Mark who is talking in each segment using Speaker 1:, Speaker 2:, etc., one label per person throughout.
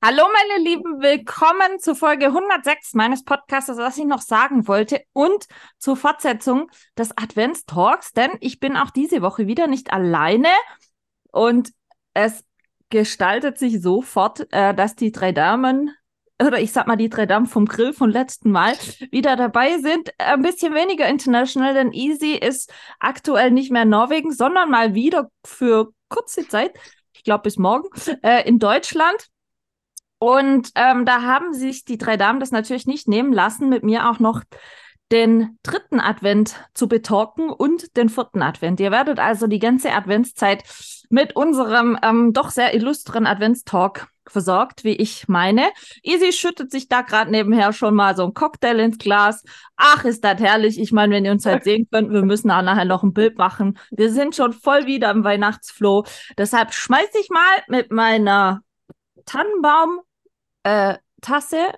Speaker 1: Hallo meine Lieben, willkommen zu Folge 106 meines Podcasts, was ich noch sagen wollte und zur Fortsetzung des Adventstalks, denn ich bin auch diese Woche wieder nicht alleine und es gestaltet sich sofort, äh, dass die drei Damen oder ich sag mal die drei Damen vom Grill vom letzten Mal wieder dabei sind. Ein bisschen weniger international, denn Easy ist aktuell nicht mehr in Norwegen, sondern mal wieder für kurze Zeit, ich glaube bis morgen, äh, in Deutschland. Und ähm, da haben sich die drei Damen das natürlich nicht nehmen lassen, mit mir auch noch den dritten Advent zu betalken und den vierten Advent. Ihr werdet also die ganze Adventszeit mit unserem ähm, doch sehr illustren Adventstalk versorgt, wie ich meine. Easy schüttet sich da gerade nebenher schon mal so einen Cocktail ins Glas. Ach, ist das herrlich. Ich meine, wenn ihr uns halt sehen könnt, wir müssen auch nachher noch ein Bild machen. Wir sind schon voll wieder im Weihnachtsflow. Deshalb schmeiß ich mal mit meiner Tannenbaum äh, Tasse,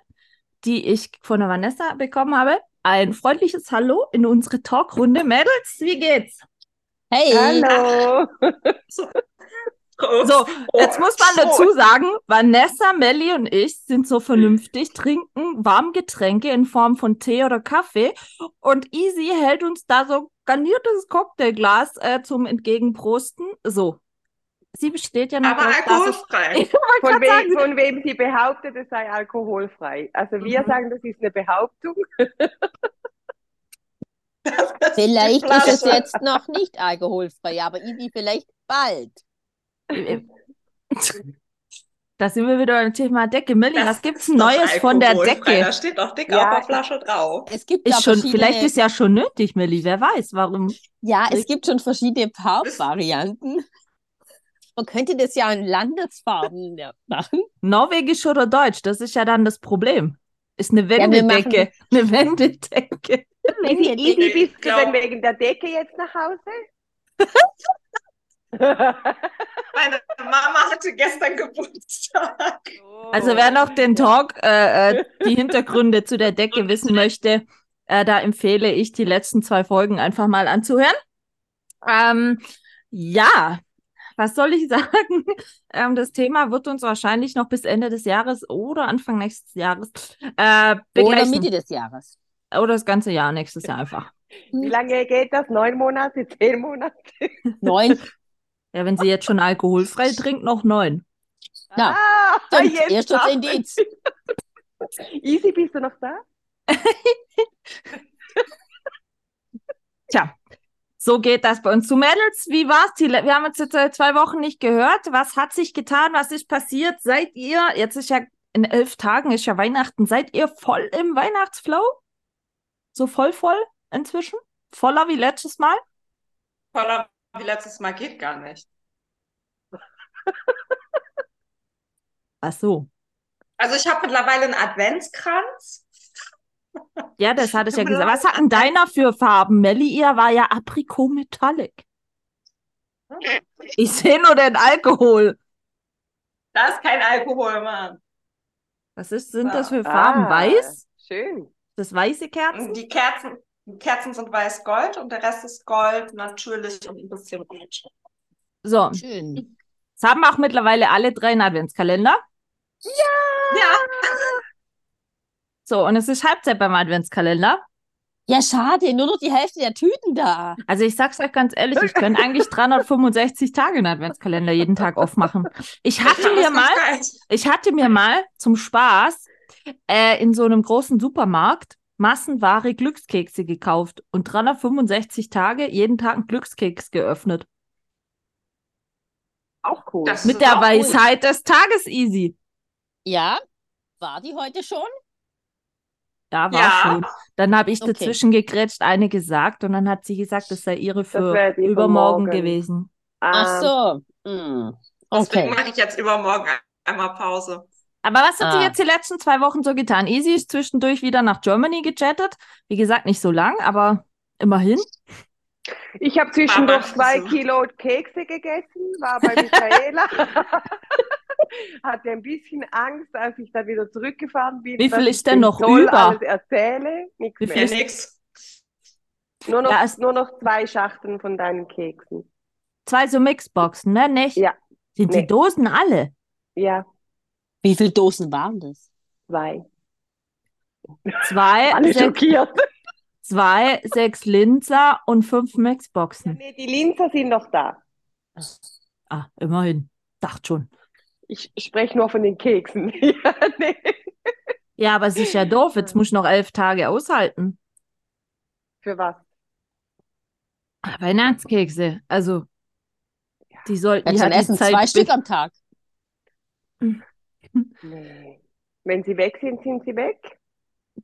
Speaker 1: die ich von der Vanessa bekommen habe. Ein freundliches Hallo in unsere Talkrunde. Mädels, wie geht's?
Speaker 2: Hey!
Speaker 3: Hallo!
Speaker 1: So, jetzt muss
Speaker 3: Oh,
Speaker 1: man dazu sagen, Vanessa, Melli und ich sind so vernünftig, trinken warm Getränke in Form von Tee oder Kaffee und Easy hält uns da so garniertes Cocktailglas äh, zum Entgegenprosten. So, sie besteht ja noch
Speaker 3: Aber alkoholfrei.
Speaker 1: Ich wollte
Speaker 3: Von
Speaker 1: gerade
Speaker 3: wem,
Speaker 1: sagen,
Speaker 3: von wem sie behauptet, es sei alkoholfrei. Also wir
Speaker 1: Mhm.
Speaker 3: sagen, das ist eine Behauptung.
Speaker 2: Vielleicht ist
Speaker 3: Flasche.
Speaker 2: es jetzt noch nicht alkoholfrei, aber Isi vielleicht bald.
Speaker 1: da sind wir wieder beim Thema Decke. Melli, was gibt's Neues von der Decke?
Speaker 4: Da steht doch dick
Speaker 3: Ja.
Speaker 4: auf der Flasche drauf.
Speaker 2: Es gibt ja
Speaker 1: Ist schon,
Speaker 2: verschiedene,
Speaker 1: vielleicht ist ja schon nötig, Melli. Wer weiß, warum.
Speaker 2: ja, es gibt schon verschiedene Farbvarianten. Man könnte das ja in Landesfarben ja, machen.
Speaker 1: Norwegisch oder Deutsch, das ist ja dann das Problem. Ist eine
Speaker 2: wir machen-
Speaker 1: Wendedecke. eine Wendedecke.
Speaker 3: Easy, Easy,
Speaker 4: ich
Speaker 3: bist du
Speaker 4: glaub-
Speaker 3: denn wegen der Decke jetzt nach Hause?
Speaker 4: Meine Mama hatte gestern Geburtstag.
Speaker 1: Also wer noch den Talk, äh, äh, die Hintergründe zu der Decke wissen möchte, äh, da empfehle ich, die letzten zwei Folgen einfach mal anzuhören. Ähm, ja, was soll ich sagen? Ähm, das Thema wird uns wahrscheinlich noch bis Ende des Jahres oder Anfang nächstes Jahres äh,
Speaker 2: Oder
Speaker 1: begleiten.
Speaker 2: Mitte des Jahres.
Speaker 1: Oder, das ganze Jahr, nächstes Jahr einfach.
Speaker 3: Wie lange geht das? Neun Monate? Zehn Monate?
Speaker 2: Neun.
Speaker 1: Ja, wenn sie jetzt schon alkoholfrei trinkt, noch neun.
Speaker 2: Ja,
Speaker 3: ah,
Speaker 2: Stimmt,
Speaker 3: jetzt
Speaker 2: erstes
Speaker 3: auch.
Speaker 2: Indiz.
Speaker 3: Easy, bist du noch da?
Speaker 1: So geht das bei uns. Zu Mädels, wie war's? Die, le- wir haben uns jetzt seit zwei Wochen nicht gehört. Was hat sich getan? Was ist passiert? Seid ihr, jetzt ist ja in elf Tagen ist ja Weihnachten, seid ihr voll im Weihnachtsflow? So voll voll inzwischen? Voller wie letztes Mal?
Speaker 4: Voller wie letztes Mal geht gar nicht.
Speaker 1: Ach so.
Speaker 4: Also ich habe mittlerweile einen Adventskranz.
Speaker 1: Ja, das hatte ich ja gesagt. Was hatten deiner für Farben? Melli, ihr war ja Aprikot Metallic. Ich sehe nur den Alkohol.
Speaker 4: Da ist kein Alkohol, Mann.
Speaker 1: Was ist, sind das für
Speaker 3: Ah,
Speaker 1: Farben? Weiß?
Speaker 3: Schön.
Speaker 1: Das weiße Kerzen?
Speaker 4: Die Kerzen, die Kerzen sind weiß-gold und der Rest ist gold, natürlich und ein bisschen rot.
Speaker 1: So,
Speaker 2: Schön.
Speaker 1: das haben auch mittlerweile alle drei einen Adventskalender.
Speaker 4: Ja,
Speaker 1: So, und es ist Halbzeit beim Adventskalender.
Speaker 2: Ja, schade, nur noch die Hälfte der Tüten da.
Speaker 1: Also ich sag's euch ganz ehrlich, ich könnte eigentlich 365 Tage einen Adventskalender jeden Tag aufmachen. Ich hatte mir
Speaker 4: das
Speaker 1: mal,
Speaker 4: ist
Speaker 1: ich hatte mir mal zum Spaß äh, in so einem großen Supermarkt massenware Glückskekse gekauft und 365 Tage jeden Tag einen Glückskeks geöffnet.
Speaker 3: Auch cool.
Speaker 4: Das-
Speaker 1: Mit
Speaker 4: ist
Speaker 1: der
Speaker 4: auch cool.
Speaker 1: Weisheit des Tages easy.
Speaker 2: Ja, war die heute schon?
Speaker 1: Ja, war
Speaker 4: Ja.
Speaker 1: schon. Dann habe ich
Speaker 2: Okay.
Speaker 1: dazwischen gegrätscht, eine gesagt und dann hat sie gesagt, das sei ihre für
Speaker 3: wäre die von
Speaker 1: übermorgen
Speaker 3: morgen.
Speaker 1: gewesen.
Speaker 3: Ah,
Speaker 2: Ach so. Hm. Okay.
Speaker 4: Deswegen mache ich jetzt übermorgen einmal Pause.
Speaker 1: Aber was hat sie
Speaker 2: Ah.
Speaker 1: jetzt die letzten zwei Wochen so getan? Easy ist zwischendurch wieder nach Germany gechattet. Wie gesagt, nicht so lang, aber immerhin.
Speaker 3: Ich habe zwischendurch
Speaker 4: Mama,
Speaker 3: zwei
Speaker 4: so.
Speaker 3: Kilo Kekse gegessen, war bei Michaela. Hatte ein bisschen Angst, als ich dann wieder zurückgefahren bin.
Speaker 1: Wie
Speaker 3: dass
Speaker 1: viel
Speaker 3: ich
Speaker 1: ist denn
Speaker 3: dem
Speaker 1: noch
Speaker 3: Zoll
Speaker 1: über?
Speaker 3: Alles erzähle, nichts
Speaker 1: Wie
Speaker 3: mehr.
Speaker 1: viel
Speaker 4: Ja,
Speaker 1: ist-
Speaker 4: nix.
Speaker 3: Nur noch,
Speaker 1: Ja, es-
Speaker 3: nur noch zwei Schachteln von deinen Keksen.
Speaker 1: Zwei so Mixboxen, ne? Nicht?
Speaker 3: Ja.
Speaker 1: Sind die
Speaker 3: Nee.
Speaker 1: Dosen alle?
Speaker 3: Ja,
Speaker 2: Wie viele Dosen waren das?
Speaker 3: zwei.
Speaker 1: Zwei,
Speaker 3: Alle
Speaker 1: sechs,
Speaker 3: schockiert.
Speaker 1: zwei, sechs Linzer und fünf Mixboxen.
Speaker 3: Nee, die Linzer sind noch da.
Speaker 1: Ah, immerhin. Dacht schon.
Speaker 3: Ich spreche nur von den Keksen. ja, nee.
Speaker 1: Ja, aber es ist ja doof. Jetzt muss ich noch elf Tage aushalten.
Speaker 3: Für was?
Speaker 1: Ah, Weihnachtskekse. Also, die sollten
Speaker 2: Dann
Speaker 1: ja
Speaker 2: schon
Speaker 1: die
Speaker 2: essen
Speaker 1: Zeit
Speaker 2: zwei Stück am Tag.
Speaker 3: Nee. Wenn sie weg sind, sind sie weg.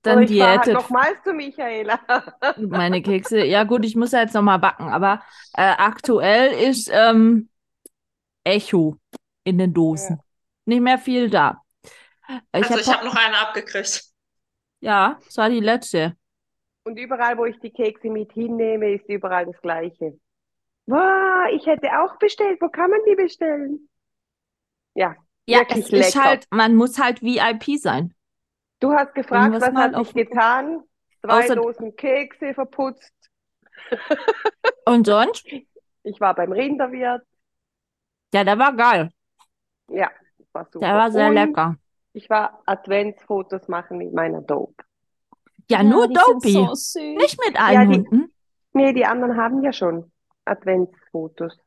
Speaker 1: dann
Speaker 3: Oder ich fahre halt
Speaker 1: diätet.
Speaker 3: nochmals zu Michaela.
Speaker 1: Meine Kekse. Ja, gut, ich muss ja jetzt nochmal backen, aber äh, aktuell ist ähm, Echo in den Dosen. Nicht mehr viel da. Ich
Speaker 4: Also
Speaker 1: hab-
Speaker 4: ich habe noch eine abgekriegt.
Speaker 1: ja, das war die letzte.
Speaker 3: Und überall, wo ich die Kekse mit hinnehme, ist überall das Gleiche. Wow, ich hätte auch bestellt. Wo kann man die bestellen?
Speaker 1: Ja, es
Speaker 3: Wirklich
Speaker 1: ist
Speaker 3: lecker.
Speaker 1: halt, man muss halt VIP sein.
Speaker 3: Du hast gefragt,
Speaker 1: muss
Speaker 3: was
Speaker 1: mal
Speaker 3: hat
Speaker 1: auf-
Speaker 3: ich getan? Zwei
Speaker 1: Außer-
Speaker 3: Dosen Kekse verputzt.
Speaker 1: Und sonst?
Speaker 3: Ich war beim Rinderwirt.
Speaker 1: Ja, der war geil.
Speaker 3: Ja, das war super.
Speaker 1: Der war sehr
Speaker 3: Und
Speaker 1: lecker.
Speaker 3: ich war Adventsfotos machen mit meiner Dope.
Speaker 1: Ja, nur
Speaker 2: die sind
Speaker 1: Dopey.
Speaker 2: So süß.
Speaker 1: Nicht mit allen
Speaker 3: die-
Speaker 1: Hunden.
Speaker 3: Nee, die anderen haben ja schon Adventsfotos.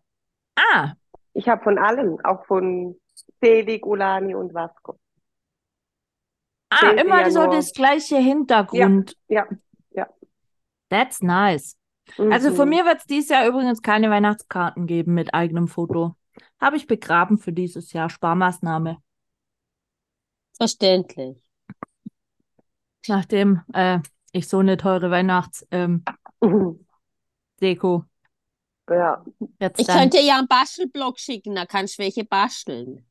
Speaker 1: Ah,
Speaker 3: Ich habe von allen, auch von Selig, Ulani und Vasco.
Speaker 1: ah,
Speaker 3: Sehen sie
Speaker 1: immer
Speaker 3: ja
Speaker 1: so
Speaker 3: nur.
Speaker 1: das gleiche Hintergrund.
Speaker 3: Ja, ja.
Speaker 1: That's nice. Also von
Speaker 3: Mhm.
Speaker 1: mir wird es dieses Jahr übrigens keine Weihnachtskarten geben mit eigenem Foto. Habe ich begraben für dieses Jahr. Sparmaßnahme.
Speaker 2: Verständlich.
Speaker 1: Nachdem äh, ich so eine teure Weihnachtsdeko ähm, Deko
Speaker 3: Ja,
Speaker 1: jetzt
Speaker 2: Ich
Speaker 1: dann
Speaker 2: könnte ja einen Bastelblock schicken, da kannst du welche basteln.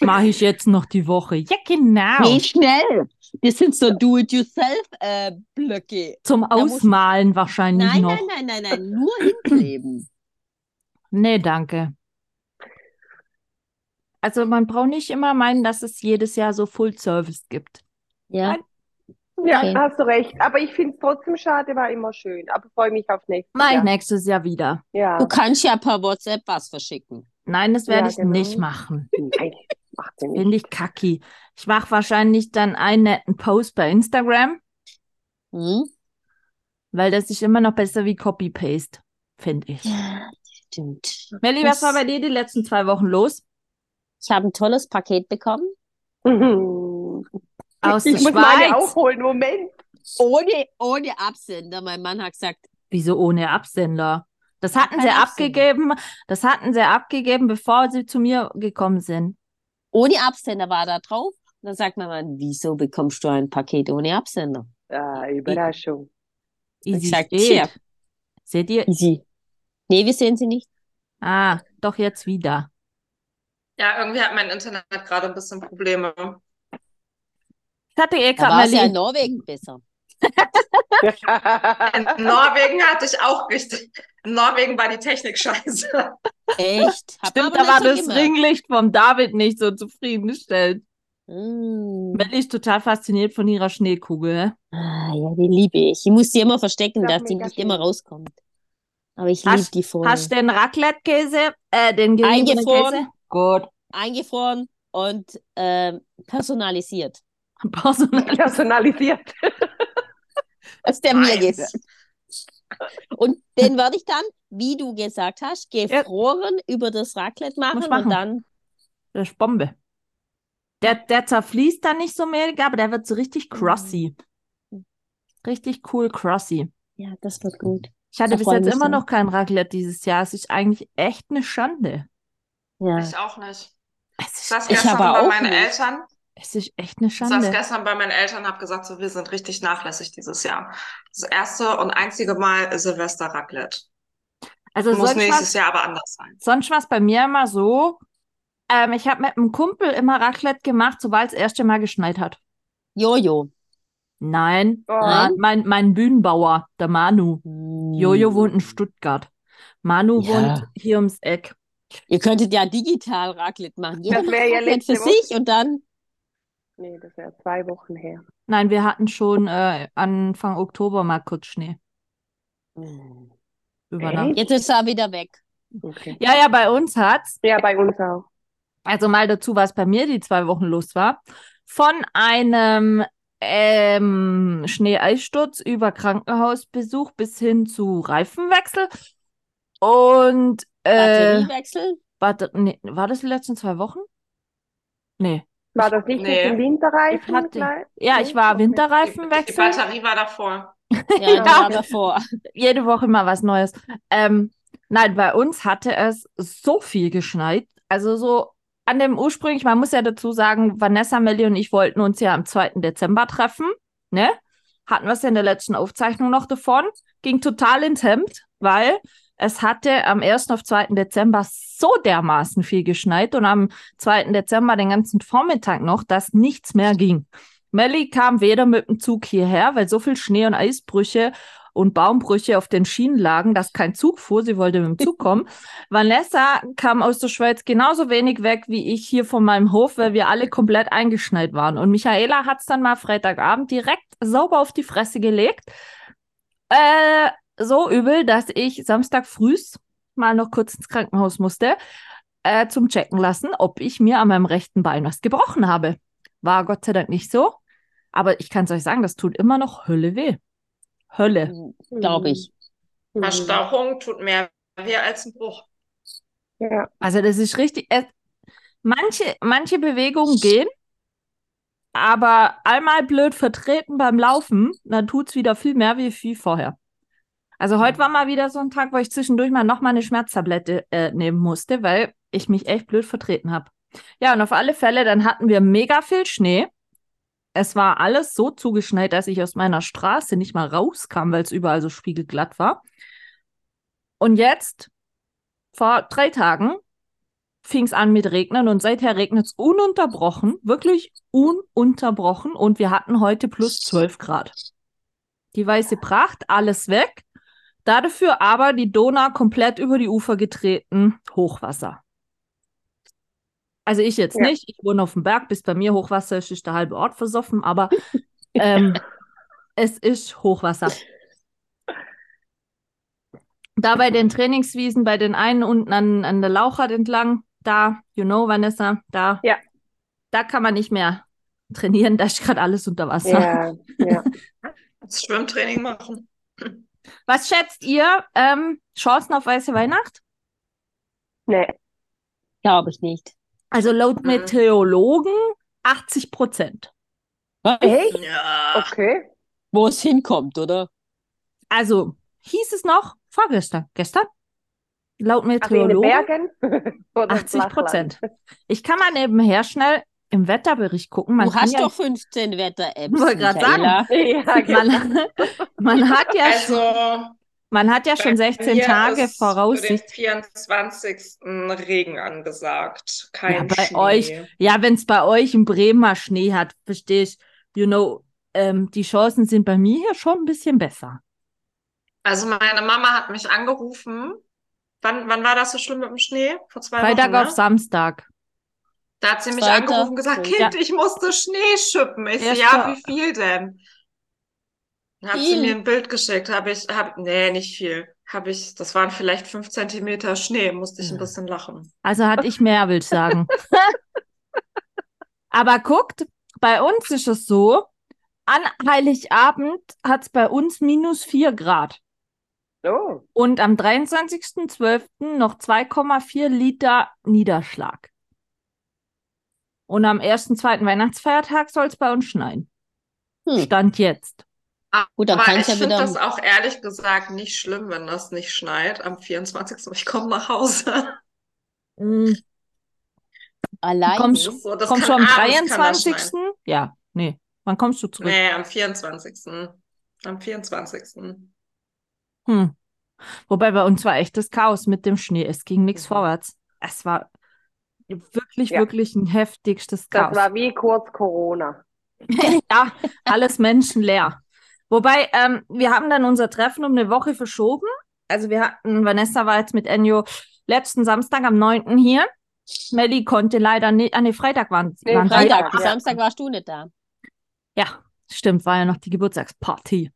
Speaker 1: mache ich jetzt noch die Woche. Ja, genau.
Speaker 2: Wie schnell? Das sind so Do-it-yourself-Blöcke.
Speaker 1: Zum
Speaker 2: muss-
Speaker 1: Ausmalen wahrscheinlich
Speaker 2: nein,
Speaker 1: noch.
Speaker 2: nein, nein, nein, nein, nur hinkleben.
Speaker 1: Nee, danke. Also man braucht nicht immer meinen, dass es jedes Jahr so Full Service gibt.
Speaker 2: Ja.
Speaker 3: ja,
Speaker 2: Okay.
Speaker 3: hast du recht. Aber ich finde es trotzdem schade, war immer schön. Aber freue mich auf nächstes
Speaker 1: Mach ich
Speaker 3: Jahr.
Speaker 1: nächstes Jahr wieder.
Speaker 3: Ja,
Speaker 2: Du kannst ja per WhatsApp was verschicken.
Speaker 1: Nein, das werde
Speaker 3: Ja,
Speaker 1: ich
Speaker 3: genau.
Speaker 1: nicht machen.
Speaker 3: nein, macht sie nicht.
Speaker 1: Finde ich kacki. Ich mache wahrscheinlich dann einen netten Post bei Instagram,
Speaker 2: Hm?
Speaker 1: weil das ist immer noch besser wie Copy-Paste, finde ich.
Speaker 2: Ja, stimmt.
Speaker 1: Melli, was war bei dir die letzten zwei Wochen los?
Speaker 2: Ich habe ein tolles Paket bekommen.
Speaker 3: Mhm.
Speaker 1: Aus
Speaker 3: Ich
Speaker 1: der
Speaker 3: muss meine
Speaker 1: Schweiz.
Speaker 3: aufholen, Moment.
Speaker 2: Ohne, ohne Absender. Mein Mann hat gesagt,
Speaker 1: Wieso ohne Absender? Das hatten
Speaker 2: kein
Speaker 1: sie
Speaker 2: Absender.
Speaker 1: abgegeben. Das hatten sie abgegeben, bevor sie zu mir gekommen sind.
Speaker 2: ohne Absender war da drauf. Und dann sagt mein Mann, wieso bekommst du ein Paket ohne Absender?
Speaker 3: Ah, Überraschung.
Speaker 1: Easy
Speaker 2: sag,
Speaker 1: steht.
Speaker 2: tja.
Speaker 1: Seht ihr?
Speaker 2: Easy. Nee, wir sehen sie nicht.
Speaker 1: Ah, doch jetzt wieder.
Speaker 4: Ja, irgendwie hat mein Internet gerade ein bisschen Probleme.
Speaker 1: Ich hatte eh
Speaker 2: Da
Speaker 1: gerade
Speaker 2: war
Speaker 1: mal
Speaker 2: es ja in
Speaker 1: lieb.
Speaker 2: Norwegen besser.
Speaker 4: In Norwegen hatte ich auch richtig. In Norwegen war die Technik scheiße.
Speaker 2: Echt? Hab
Speaker 1: Stimmt,
Speaker 2: aber
Speaker 1: da war
Speaker 2: nicht
Speaker 1: das
Speaker 2: so gemacht.
Speaker 1: Ringlicht vom David nicht so zufriedengestellt.
Speaker 2: Hm.
Speaker 1: Melli ist total fasziniert von ihrer Schneekugel.
Speaker 2: Ah, ja, die liebe ich. Ich muss die immer verstecken,
Speaker 3: Doch,
Speaker 2: dass die
Speaker 3: mega
Speaker 2: nicht
Speaker 3: schön.
Speaker 2: immer rauskommt. Aber ich
Speaker 1: Hast-
Speaker 2: liebe die Folie.
Speaker 1: Hast du den Raclette-Käse? Äh, den geriebenen
Speaker 2: Eingefroren.
Speaker 1: Käse? Gut.
Speaker 2: Eingefroren und ähm, personalisiert.
Speaker 1: Personal.
Speaker 3: Personalisiert.
Speaker 2: Aus der mir
Speaker 4: Nein.
Speaker 2: jetzt. Und den werde ich dann, wie du gesagt hast, gefroren über das Raclette machen
Speaker 1: Muss
Speaker 2: und
Speaker 1: machen.
Speaker 2: dann.
Speaker 1: Das ist Bombe. Der, der zerfließt dann nicht so mega, aber der wird so richtig crossy. Richtig cool crossy.
Speaker 2: Ja, das wird gut.
Speaker 1: Ich hatte
Speaker 2: Da
Speaker 1: bis
Speaker 2: freu ich
Speaker 1: jetzt
Speaker 2: mich
Speaker 1: immer
Speaker 2: sehr.
Speaker 1: noch kein Raclette dieses Jahr. Es ist eigentlich echt eine Schande.
Speaker 2: Ja.
Speaker 4: Ich auch nicht. Ich
Speaker 1: Es
Speaker 4: saß
Speaker 1: ist,
Speaker 2: Ich
Speaker 1: echt,
Speaker 4: gestern
Speaker 2: aber
Speaker 4: bei
Speaker 2: auch
Speaker 4: meinen
Speaker 2: nicht.
Speaker 4: Eltern.
Speaker 1: es ist echt eine
Speaker 4: Ich saß
Speaker 1: Schande.
Speaker 4: gestern bei meinen Eltern und habe gesagt, so, wir sind richtig nachlässig dieses Jahr. Das erste und einzige Mal ist Silvester-Raclette.
Speaker 1: Also
Speaker 4: Muss
Speaker 1: sonst
Speaker 4: nächstes
Speaker 1: was,
Speaker 4: Jahr aber anders sein.
Speaker 1: sonst was bei mir immer so. Ähm, ich habe mit einem Kumpel immer Raclette gemacht, sobald es erste Mal geschneit hat.
Speaker 2: Jojo.
Speaker 1: Nein,
Speaker 3: Oh,
Speaker 2: Nein? Hm.
Speaker 1: mein, mein Bühnenbauer, der Manu. Jojo wohnt in Stuttgart. Manu
Speaker 2: Ja.
Speaker 1: wohnt hier ums Eck.
Speaker 2: Ihr könntet ja digital Raclette machen. Jeder
Speaker 3: Das
Speaker 2: macht
Speaker 3: wär ja
Speaker 2: Raclette für
Speaker 3: letzte Woche.
Speaker 2: sich und dann.
Speaker 3: Nee, das wäre zwei Wochen her.
Speaker 1: Nein, wir hatten schon äh, Anfang Oktober mal kurz Schnee über Nacht.
Speaker 3: Echt?
Speaker 2: Jetzt ist er wieder weg.
Speaker 3: Okay.
Speaker 1: Ja, ja, bei uns hat's,
Speaker 3: Ja, bei uns auch.
Speaker 1: also mal dazu, was bei mir die zwei Wochen los war, von einem ähm, Schneeeissturz über Krankenhausbesuch bis hin zu Reifenwechsel und äh,
Speaker 2: Batteriewechsel.
Speaker 1: war, da- nee, war das die letzten zwei Wochen? Nee.
Speaker 3: War das nicht
Speaker 4: Nee.
Speaker 3: mit dem Winterreifen?
Speaker 1: Ich hatte-
Speaker 3: gleich?
Speaker 1: Ja, ich war
Speaker 3: Okay.
Speaker 4: Die
Speaker 1: Winterreifenwechsel.
Speaker 4: Batterie war davor.
Speaker 2: Ja,
Speaker 1: Ja.
Speaker 2: ja. war davor.
Speaker 1: jede Woche mal was Neues. Ähm, nein, bei uns hatte es so viel geschneit. Also so an dem ursprünglich, man muss ja dazu sagen, Vanessa, Melli und ich wollten uns ja am 2. Dezember treffen. Ne? Hatten wir es ja in der letzten Aufzeichnung noch davon. Ging total ins Hemd, weil es hatte am 1. auf 2. Dezember so dermaßen viel geschneit und am 2. Dezember den ganzen Vormittag noch, dass nichts mehr ging. Melli kam weder mit dem Zug hierher, weil so viel Schnee und Eisbrüche und Baumbrüche auf den Schienen lagen, dass kein Zug fuhr. Sie wollte mit dem Zug kommen. Vanessa kam aus der Schweiz genauso wenig weg wie ich hier von meinem Hof, weil wir alle komplett eingeschneit waren. Und Michaela hat es dann mal Freitagabend direkt sauber auf die Fresse gelegt. Äh, so übel, dass ich Samstag frühs mal noch kurz ins Krankenhaus musste, äh, zum Checken lassen, ob ich mir an meinem rechten Bein was gebrochen habe. War Gott sei Dank nicht so. Aber ich kann es euch sagen, das tut immer noch Hölle weh. Hölle.
Speaker 2: Glaube ich.
Speaker 4: Hm.
Speaker 3: Mhm.
Speaker 4: Verstauchung tut mehr weh als ein Bruch.
Speaker 3: Ja.
Speaker 1: Also das ist richtig. Es, manche, manche Bewegungen gehen, aber einmal blöd vertreten beim Laufen, dann tut's wieder viel mehr wie viel vorher. Also heute war mal wieder so ein Tag, wo ich zwischendurch mal noch mal eine Schmerztablette äh, nehmen musste, weil ich mich echt blöd vertreten habe. Ja, und auf alle Fälle, dann hatten wir mega viel Schnee. Es war alles so zugeschneit, dass ich aus meiner Straße nicht mal rauskam, weil es überall so spiegelglatt war. Und jetzt, vor drei Tagen, fing es an mit Regnen und seither regnet es ununterbrochen, wirklich ununterbrochen. Und wir hatten heute plus 12 Grad. Die weiße Pracht, alles weg. Dafür aber die Donau komplett über die Ufer getreten, Hochwasser. Also ich jetzt
Speaker 3: Ja.
Speaker 1: nicht, ich wohne auf dem Berg, bis bei mir Hochwasser ist, ist der halbe Ort versoffen, aber ähm, es ist Hochwasser. Da bei den Trainingswiesen, bei den einen unten an, an der Lauchert entlang, da, you know, Vanessa, da,
Speaker 3: Ja.
Speaker 1: da kann man nicht mehr trainieren, da ist gerade alles unter Wasser.
Speaker 3: Ja, ja.
Speaker 4: Das Schwimmtraining machen.
Speaker 1: Was schätzt ihr? Ähm, Chancen auf weiße Weihnacht?
Speaker 3: Nee.
Speaker 2: Glaube ich nicht.
Speaker 1: Also laut
Speaker 4: Mhm.
Speaker 1: Meteorologen 80 Prozent.
Speaker 3: Echt?
Speaker 4: Ja.
Speaker 3: Okay.
Speaker 2: Wo es hinkommt, oder?
Speaker 1: Also hieß es noch vorgestern, gestern? Laut
Speaker 3: Also in den
Speaker 1: Meteorologen
Speaker 3: Bergen? Oder
Speaker 1: 80
Speaker 3: Flachland?
Speaker 1: Prozent. Ich kann mal nebenher schnell im Wetterbericht gucken. Man
Speaker 2: du hast
Speaker 1: kann ja,
Speaker 2: doch 15 Wetter-Apps.
Speaker 1: Wollte grad
Speaker 2: Michaela.
Speaker 3: Ja, genau.
Speaker 1: man, man hat ja schon,
Speaker 4: Also,
Speaker 1: man hat ja schon 16
Speaker 4: hier
Speaker 1: Tage
Speaker 4: ist
Speaker 1: Voraussicht.
Speaker 4: Für den 24. Regen angesagt. Kein
Speaker 1: Ja, bei
Speaker 4: Schnee.
Speaker 1: euch. Ja, wenn es bei euch in Bremen mal Schnee hat, verstehe ich. You know, ähm, die Chancen sind bei mir hier schon ein bisschen besser.
Speaker 4: Also meine Mama hat mich angerufen. Wann, wann war das so schlimm mit dem Schnee? Vor zwei
Speaker 1: Freitag
Speaker 4: Wochen, ne?
Speaker 1: auf Samstag.
Speaker 4: Da hat sie mich
Speaker 2: Zweiter.
Speaker 4: angerufen und gesagt,
Speaker 1: Ja.
Speaker 4: Kind, ich musste Schnee schippen. Ich so,
Speaker 1: Erster.
Speaker 4: ja, wie viel denn? Dann hat sie
Speaker 2: Viel.
Speaker 4: mir ein Bild geschickt, habe ich, hab, nee, nicht viel. Habe ich, das waren vielleicht fünf Zentimeter Schnee, musste ich ein
Speaker 1: Ja.
Speaker 4: bisschen lachen.
Speaker 1: Also hatte ich mehr, will ich sagen. Aber guckt, bei uns ist es so, an Heiligabend hat es bei uns minus 4 Grad.
Speaker 3: Oh.
Speaker 1: Und am 23.12. noch 2,4 Liter Niederschlag. Und am ersten, zweiten Weihnachtsfeiertag soll es bei uns schneien.
Speaker 2: Hm.
Speaker 1: Stand jetzt.
Speaker 2: Gut, dann
Speaker 4: Aber
Speaker 2: kann
Speaker 4: ich
Speaker 2: ich ja
Speaker 4: finde
Speaker 2: wieder.
Speaker 4: das auch ehrlich gesagt nicht schlimm, wenn das nicht schneit am 24. Ich komme nach Hause.
Speaker 1: Mm,
Speaker 2: Alleine.
Speaker 1: kommst du-
Speaker 4: So, das
Speaker 1: Kommst du
Speaker 4: kann
Speaker 1: am
Speaker 4: abends kann das
Speaker 1: 23.?
Speaker 4: schneien.
Speaker 1: Ja, nee. Wann kommst du zurück?
Speaker 4: Nee, am 24. Am 24.
Speaker 1: Hm. Wobei bei uns war echtes Chaos mit dem Schnee. Es ging nichts
Speaker 3: Mhm.
Speaker 1: vorwärts. Es war wirklich,
Speaker 3: Ja.
Speaker 1: wirklich ein heftigstes
Speaker 3: Das
Speaker 1: Chaos.
Speaker 3: war wie kurz Corona.
Speaker 1: ja, alles menschenleer. Wobei, ähm, wir haben dann unser Treffen um eine Woche verschoben. Also wir hatten, Vanessa war jetzt mit Enyo letzten Samstag am 9. hier. Melli konnte leider nicht, an nee, Freitag waren,
Speaker 3: Nee,
Speaker 1: waren
Speaker 3: Freitag.
Speaker 2: Freitag,
Speaker 3: Ja.
Speaker 2: Samstag warst du nicht da.
Speaker 1: Ja, stimmt, war ja noch die Geburtstagsparty.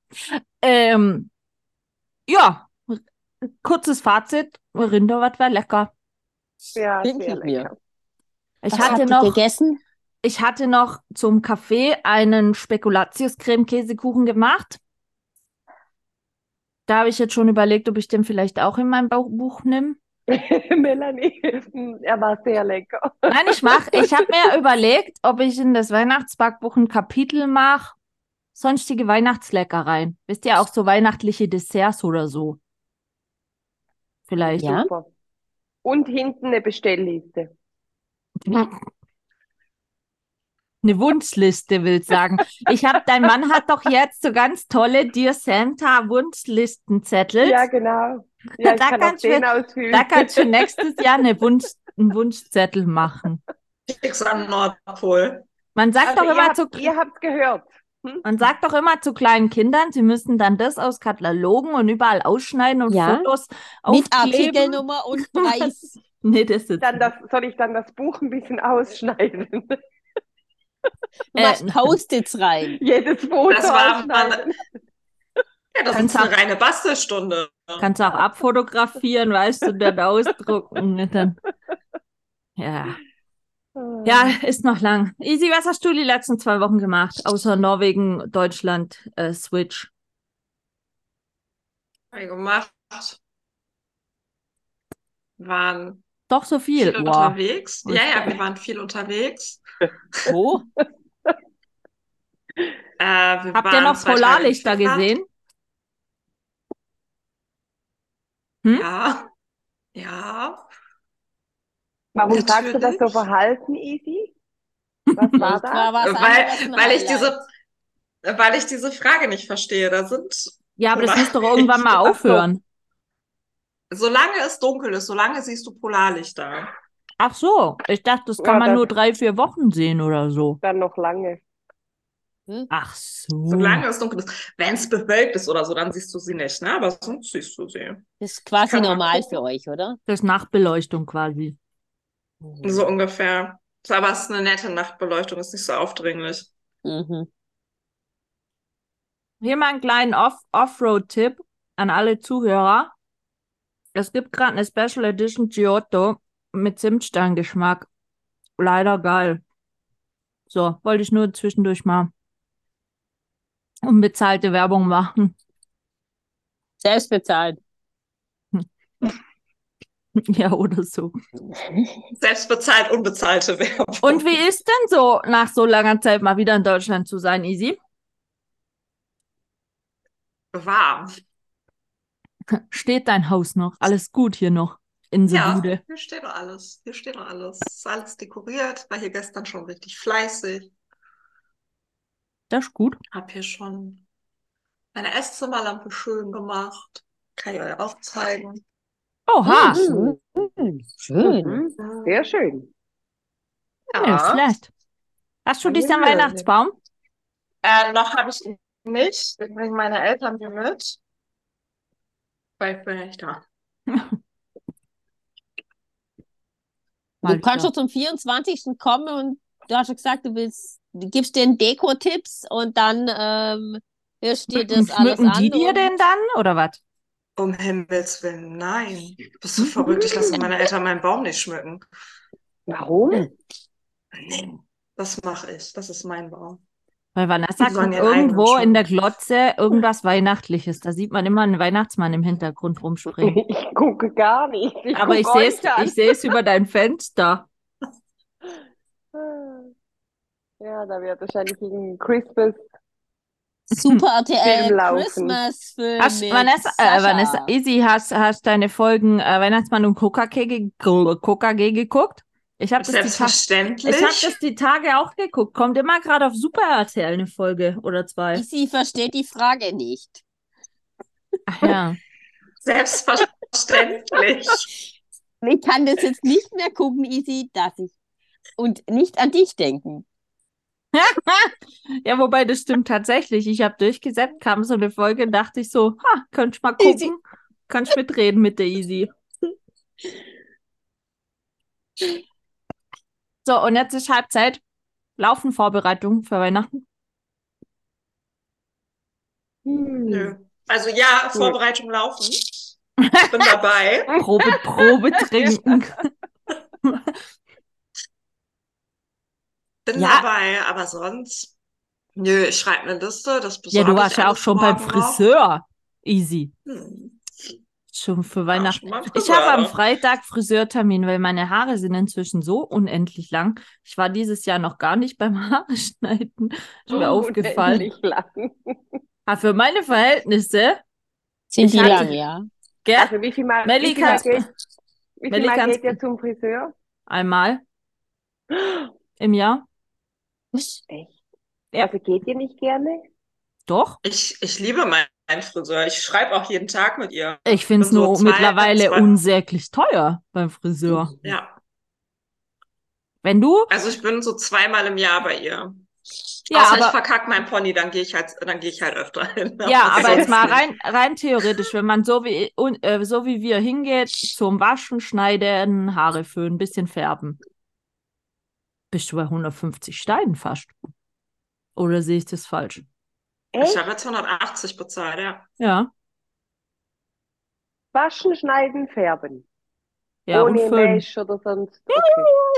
Speaker 1: Ähm, ja, kurzes Fazit, Rinderwart war lecker.
Speaker 3: Ja,
Speaker 2: Klingt
Speaker 3: sehr
Speaker 2: nach mir.
Speaker 3: lecker.
Speaker 1: Ich
Speaker 2: Was
Speaker 1: hatte
Speaker 2: habt ihr
Speaker 1: noch,
Speaker 2: gegessen?
Speaker 1: ich hatte noch zum Kaffee einen Spekulatius-Creme-Käsekuchen gemacht. Da habe ich jetzt schon überlegt, ob ich den vielleicht auch in mein Bau- Buch nehme.
Speaker 3: Melanie, mm, er war sehr lecker.
Speaker 1: Nein, ich mach, ich habe mir überlegt, ob ich in das Weihnachtsbackbuch ein Kapitel mache. Sonstige Weihnachtsleckereien. Wisst ihr, auch so weihnachtliche Desserts oder so. Vielleicht.
Speaker 2: Ja.
Speaker 3: Super. Und hinten eine Bestellliste.
Speaker 1: Eine Wunschliste, will ich sagen. Ich habe, dein Mann hat doch jetzt so ganz tolle Dear Santa Wunschlistenzettel.
Speaker 3: Ja, genau. Ja,
Speaker 1: Da
Speaker 3: ich kann auch
Speaker 1: kannst du-
Speaker 3: den ausfüllen.
Speaker 1: Da kannst du nächstes Jahr eine Wunsch, einen Wunschzettel machen.
Speaker 4: Fix am Nordpol.
Speaker 1: Man sagt
Speaker 3: Also
Speaker 1: doch
Speaker 3: ihr
Speaker 1: immer
Speaker 3: habt,
Speaker 1: zu
Speaker 3: ihr habt gehört.
Speaker 1: Man sagt doch immer zu kleinen Kindern, sie müssen dann das aus Katalogen und überall ausschneiden und
Speaker 2: Ja.
Speaker 1: Fotos
Speaker 2: Mit
Speaker 1: aufkleben.
Speaker 2: Artikelnummer und Preis.
Speaker 1: Nee, das ist
Speaker 3: Dann das, soll ich dann das Buch ein bisschen ausschneiden?
Speaker 2: Du machst
Speaker 1: Äh,
Speaker 2: Post-its rein.
Speaker 3: Jedes Foto
Speaker 4: Das war
Speaker 3: ausschneiden.
Speaker 4: Ja, das
Speaker 1: Kannst
Speaker 4: ist eine
Speaker 1: auch-
Speaker 4: reine Bastelstunde.
Speaker 1: kannst du auch abfotografieren, weißt du, dann ausdrucken. und Dann. Ja. ja,
Speaker 3: Ah.
Speaker 1: ist noch lang. Easy, was hast du die letzten zwei Wochen gemacht? Außer Norwegen, Deutschland, äh, Switch.
Speaker 4: Hab ich gemacht. Waren
Speaker 1: Doch so viel.
Speaker 4: viel
Speaker 1: Wow.
Speaker 4: unterwegs.
Speaker 1: Und-
Speaker 4: Ja, ja, wir waren viel unterwegs.
Speaker 2: Wo?
Speaker 4: Äh, wir
Speaker 1: Habt ihr
Speaker 4: waren
Speaker 1: noch
Speaker 4: zwei Tage in
Speaker 1: Polarlichter
Speaker 4: Finnland.
Speaker 1: gesehen?
Speaker 4: Ja. Ja.
Speaker 3: Warum sagst du das
Speaker 4: natürlich.
Speaker 3: so verhalten, Easy? Was war
Speaker 2: Das
Speaker 3: da?
Speaker 2: war was
Speaker 4: Weil,
Speaker 2: anderes ein
Speaker 4: weil ich
Speaker 2: Highlight.
Speaker 4: diese, weil ich diese Frage nicht verstehe. Da sind,
Speaker 1: Ja, aber das muss doch
Speaker 4: Polarlicht.
Speaker 1: irgendwann mal
Speaker 4: Ach so.
Speaker 1: aufhören.
Speaker 4: solange es dunkel ist, solange siehst du Polarlichter.
Speaker 1: Ach so, ich dachte, das kann
Speaker 3: Ja,
Speaker 1: man
Speaker 3: das-
Speaker 1: nur drei, vier Wochen sehen oder so.
Speaker 3: Dann noch lange.
Speaker 1: Ach so.
Speaker 4: Solange es dunkel ist. Wenn es bewölkt ist oder so, dann siehst du sie nicht, ne? Aber sonst siehst du sie.
Speaker 2: Das ist quasi
Speaker 4: Kann man
Speaker 2: normal
Speaker 4: gucken.
Speaker 2: für euch, oder?
Speaker 1: Das ist Nachtbeleuchtung quasi. Mhm.
Speaker 4: So ungefähr. Ist Aber es ist eine nette Nachtbeleuchtung, ist nicht so aufdringlich.
Speaker 2: Mhm.
Speaker 1: Hier mal einen kleinen Off Offroad-Tipp an alle Zuhörer. Es gibt gerade eine Special Edition Giotto mit Zimtsteingeschmack. Leider geil. So, wollte ich nur zwischendurch mal unbezahlte Werbung machen.
Speaker 2: Selbst bezahlt.
Speaker 1: ja, oder so.
Speaker 4: Selbst bezahlt, unbezahlte Werbung.
Speaker 1: Und wie ist denn so, nach so langer Zeit mal wieder in Deutschland zu sein, Easy?
Speaker 4: warm.
Speaker 1: Steht dein Haus noch? Alles gut hier noch in
Speaker 4: Ja,
Speaker 1: Sebude?
Speaker 4: hier steht noch alles. Hier steht noch alles. Ist alles dekoriert. War hier gestern schon richtig fleißig.
Speaker 1: Das ist gut.
Speaker 4: Hab hier schon meine Esszimmerlampe schön gemacht. Kann ich euch auch zeigen.
Speaker 1: Oha,
Speaker 2: Mhm. Schön.
Speaker 3: Mhm. Sehr schön.
Speaker 1: nicht schlecht. Hast du dich am
Speaker 4: Ja.
Speaker 1: Weihnachtsbaum?
Speaker 4: Äh, noch habe ich ihn nicht. Ich bringe meine Eltern hier mit. Weil ich bin nicht da.
Speaker 1: Mal
Speaker 2: Du kannst
Speaker 1: wieder.
Speaker 2: doch zum 24. kommen und du hast schon gesagt, du willst, du gibst den Deko-Tipps und dann ähm, hörst dir das alles
Speaker 1: Schmücken
Speaker 2: an.
Speaker 1: die dir
Speaker 2: und
Speaker 1: denn dann oder was?
Speaker 4: Um Himmels Willen, nein. Bist du verrückt? Ich lasse meine Eltern meinen Baum nicht schmücken.
Speaker 3: Warum?
Speaker 4: Nee, das mache ich. Das ist mein Baum.
Speaker 1: Weil Vanessa
Speaker 4: Die sollen
Speaker 1: guckt
Speaker 4: ihren eigenen
Speaker 1: irgendwo
Speaker 4: Schmuck.
Speaker 1: in der Glotze irgendwas Weihnachtliches. Da sieht man immer einen Weihnachtsmann im Hintergrund rumspringen.
Speaker 3: Ich gucke gar nicht.
Speaker 2: Oh,
Speaker 3: Ich
Speaker 1: Aber ich
Speaker 3: gucke
Speaker 1: sehe es
Speaker 3: euch an.
Speaker 1: ich seh's über dein Fenster.
Speaker 3: Ah. Ja, da wird wahrscheinlich irgendein Christmas.
Speaker 2: Super RTL
Speaker 3: Film laufen.
Speaker 2: Christmas-Film
Speaker 1: Hast,
Speaker 2: mit
Speaker 1: Vanessa, äh,
Speaker 2: Sascha.
Speaker 1: Vanessa, Easy, hast, hast deine Folgen äh, Weihnachtsmann und Coca-G ge Coca geguckt? Ich habe das, die Ta-
Speaker 4: Selbstverständlich.
Speaker 1: ich hab das die Tage auch geguckt. Kommt immer gerade auf Super RTL eine Folge oder zwei.
Speaker 2: Isi versteht die Frage nicht.
Speaker 1: Ach ja.
Speaker 4: Selbstverständlich.
Speaker 2: Ich kann das jetzt nicht mehr gucken, Isi, dass ich und nicht an dich denken.
Speaker 1: Ja, wobei das stimmt tatsächlich. Ich habe durchgesetzt, kam so eine Folge, dachte ich so, ha, könnt mal gucken,
Speaker 2: Easy.
Speaker 1: könnt mitreden mit der Easy. So, und jetzt ist Halbzeit. Laufen Vorbereitungen für Weihnachten.
Speaker 3: Hm.
Speaker 4: Nö.
Speaker 1: Hm.
Speaker 4: Also ja, Vorbereitung laufen. Ich bin dabei.
Speaker 1: Probe, Probe trinken.
Speaker 4: Bin
Speaker 1: Ja.
Speaker 4: dabei, aber sonst. Nö, ich schreibe eine Liste, das
Speaker 1: Ja,
Speaker 4: besorge
Speaker 1: du warst
Speaker 4: ich
Speaker 1: ja auch
Speaker 4: alles
Speaker 1: schon beim
Speaker 4: morgen noch.
Speaker 1: Friseur. Easy.
Speaker 4: Hm.
Speaker 1: Schon für
Speaker 4: war
Speaker 1: Weihnachten.
Speaker 4: schon beim
Speaker 1: Ich habe
Speaker 4: Friseur.
Speaker 1: am Freitag Friseurtermin, weil meine Haare sind inzwischen so unendlich lang. Ich war dieses Jahr noch gar nicht beim Haare schneiden. Ist
Speaker 4: Oh,
Speaker 1: mir aufgefallen.
Speaker 3: Unendlich lang.
Speaker 1: Aber für meine Verhältnisse,
Speaker 2: Sind die
Speaker 1: Ich hatte-
Speaker 2: lang, ja.
Speaker 1: gell?
Speaker 3: Also wie viel Mal,
Speaker 1: Melli
Speaker 3: wie viel Mal
Speaker 1: kann's-
Speaker 3: geht, wie viel
Speaker 1: Melli
Speaker 3: Mal
Speaker 1: kann's-
Speaker 3: geht ihr zum Friseur?
Speaker 1: Einmal im Jahr.
Speaker 3: Echt?
Speaker 1: Ja.
Speaker 3: Also geht ihr nicht gerne?
Speaker 1: Doch.
Speaker 4: Ich, ich liebe meinen Friseur. Ich schreibe auch jeden Tag mit ihr.
Speaker 1: Ich finde es
Speaker 4: Und so
Speaker 1: nur
Speaker 4: zwei- Mhm.
Speaker 1: mittlerweile
Speaker 4: zwei-
Speaker 1: unsäglich teuer beim Friseur.
Speaker 4: Ja.
Speaker 1: Wenn du,
Speaker 4: Also ich bin so zweimal im Jahr bei ihr.
Speaker 1: ja,
Speaker 4: Außer ich
Speaker 1: aber,
Speaker 4: verkacke meinen Pony, dann gehe ich halt, dann gehe ich halt öfter hin.
Speaker 1: ja, aber jetzt mal
Speaker 4: sonst
Speaker 1: rein, rein theoretisch, wenn man so wie, un, äh, so wie wir hingeht, zum Waschen, Schneiden, Haare föhnen, bisschen färben, bist du bei 150 Steinen fast. Oder sehe ich das falsch?
Speaker 4: nicht. Ich
Speaker 3: Echt?
Speaker 4: habe jetzt 180 bezahlt, ja.
Speaker 1: Ja,
Speaker 3: Waschen, schneiden, färben.
Speaker 4: Oh
Speaker 1: ja, und
Speaker 3: Ohne
Speaker 1: föhnen.
Speaker 3: Mesh oder sonst. Okay.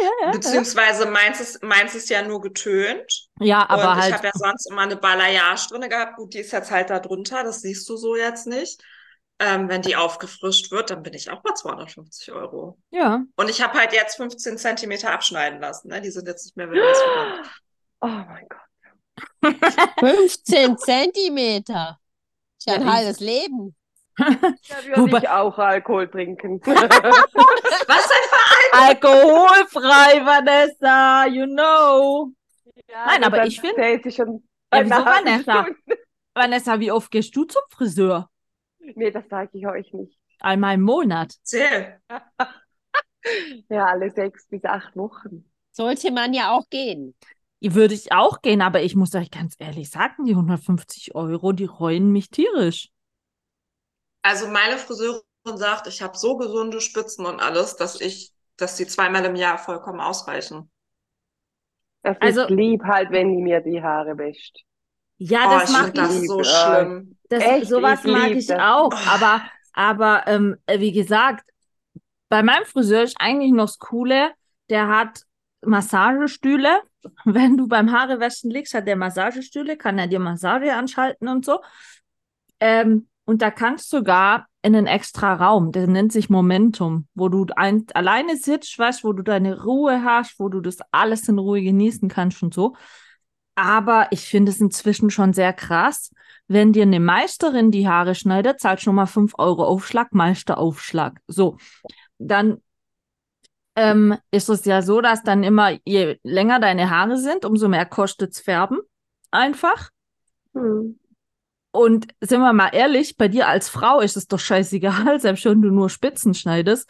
Speaker 1: Ja, ja, ja.
Speaker 4: Beziehungsweise meins ist, meins ist ja nur getönt.
Speaker 1: ja, aber
Speaker 4: und ich
Speaker 1: halt,
Speaker 4: habe ja sonst immer eine Balayage drinne gehabt. Gut, die ist jetzt halt da drunter, das siehst du so jetzt nicht. Ähm, wenn die aufgefrischt wird, dann bin ich auch bei 250 Euro.
Speaker 1: ja.
Speaker 4: Und ich habe halt jetzt 15 Zentimeter abschneiden lassen. Ne? Die sind jetzt nicht mehr wirklich so lang.
Speaker 3: Oh mein Gott.
Speaker 2: 15 Zentimeter. Ist ja ein
Speaker 1: Ja, ich-
Speaker 2: halbes Leben.
Speaker 3: Da würde
Speaker 1: Wobei-
Speaker 3: ich auch Alkohol trinken.
Speaker 4: Was denn für
Speaker 1: Alkoholfrei, Vanessa, you know.
Speaker 3: Ja,
Speaker 1: Nein,
Speaker 3: also
Speaker 1: aber
Speaker 3: dann
Speaker 1: ich find-
Speaker 3: zählt sich schon
Speaker 1: Ja, wieso,
Speaker 3: eine halbe
Speaker 1: Vanessa?
Speaker 3: Stunde.
Speaker 1: Vanessa, wie oft gehst du zum Friseur?
Speaker 3: Nee, das sage ich euch nicht.
Speaker 1: Einmal im Monat.
Speaker 4: Zähl.
Speaker 3: Ja, alle sechs bis acht Wochen.
Speaker 2: Sollte man ja auch gehen.
Speaker 1: Würde ich auch gehen, aber ich muss euch ganz ehrlich sagen, die 150 Euro, die reuen mich tierisch.
Speaker 4: Also meine Friseurin sagt, ich habe so gesunde Spitzen und alles, dass ich, dass die zweimal im Jahr vollkommen ausreichen.
Speaker 3: Das
Speaker 1: Also-
Speaker 3: ist lieb halt, wenn die mir die Haare wäscht.
Speaker 1: Ja,
Speaker 4: oh,
Speaker 1: das
Speaker 4: ich
Speaker 1: mache
Speaker 4: finde das
Speaker 1: ich.
Speaker 3: lieb,
Speaker 4: so
Speaker 3: äh,
Speaker 4: schlimm.
Speaker 1: Das,
Speaker 3: Echt,
Speaker 1: sowas
Speaker 3: ich
Speaker 1: mag
Speaker 3: lieb
Speaker 1: ich
Speaker 3: das. Oh.
Speaker 1: auch. Aber, aber ähm, äh, wie gesagt, bei meinem Friseur ist eigentlich noch das Coole, der hat Massagestühle. Wenn du beim Haarewaschen liegst, hat der Massagestühle, kann er dir Massage anschalten und so. Ähm, und da kannst du sogar in einen extra Raum, der nennt sich Momentum, wo du ein, alleine sitzt, weißt, wo du deine Ruhe hast, wo du das alles in Ruhe genießen kannst und so. Aber ich finde es inzwischen schon sehr krass, wenn dir eine Meisterin die Haare schneidet, zahlt schon mal 5 Euro Aufschlag, Meisteraufschlag. So, dann ähm, ist es ja so, dass dann immer, je länger deine Haare sind, umso mehr kostet's Färben einfach.
Speaker 3: Hm.
Speaker 1: Und sind wir mal ehrlich, bei dir als Frau ist es doch scheißegal, selbst wenn du nur Spitzen schneidest,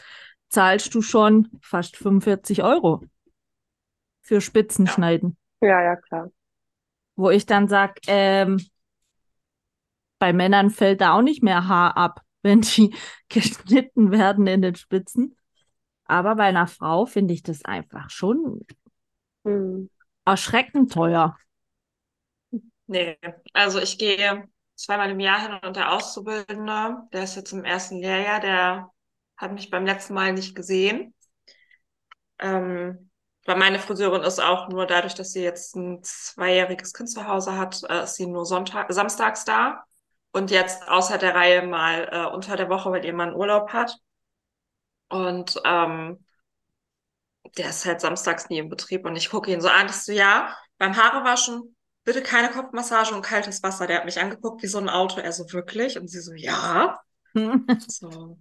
Speaker 1: zahlst du schon fast 45 Euro für Spitzen
Speaker 4: Ja.
Speaker 1: schneiden
Speaker 3: Ja, ja, klar.
Speaker 1: wo ich dann sag, ähm, bei Männern fällt da auch nicht mehr Haar ab, wenn die geschnitten werden in den Spitzen. Aber bei einer Frau finde ich das einfach schon
Speaker 3: Hm.
Speaker 1: erschreckend teuer.
Speaker 4: Nee, also ich gehe zweimal im Jahr hin und der Auszubildende, der ist jetzt im ersten Lehrjahr, der hat mich beim letzten Mal nicht gesehen. Ähm, weil meine Friseurin ist auch nur dadurch, dass sie jetzt ein zweijähriges Kind zu Hause hat, äh, ist sie nur Sonntag, samstags da und jetzt außer der Reihe mal äh, unter der Woche, weil ihr Mann Urlaub hat. Und ähm, der ist halt samstags nie im Betrieb und ich gucke ihn so an, dass du ja beim Haarewaschen bitte keine Kopfmassage und kaltes Wasser. Der hat mich angeguckt wie so ein Auto. Er so wirklich und sie so ja. So.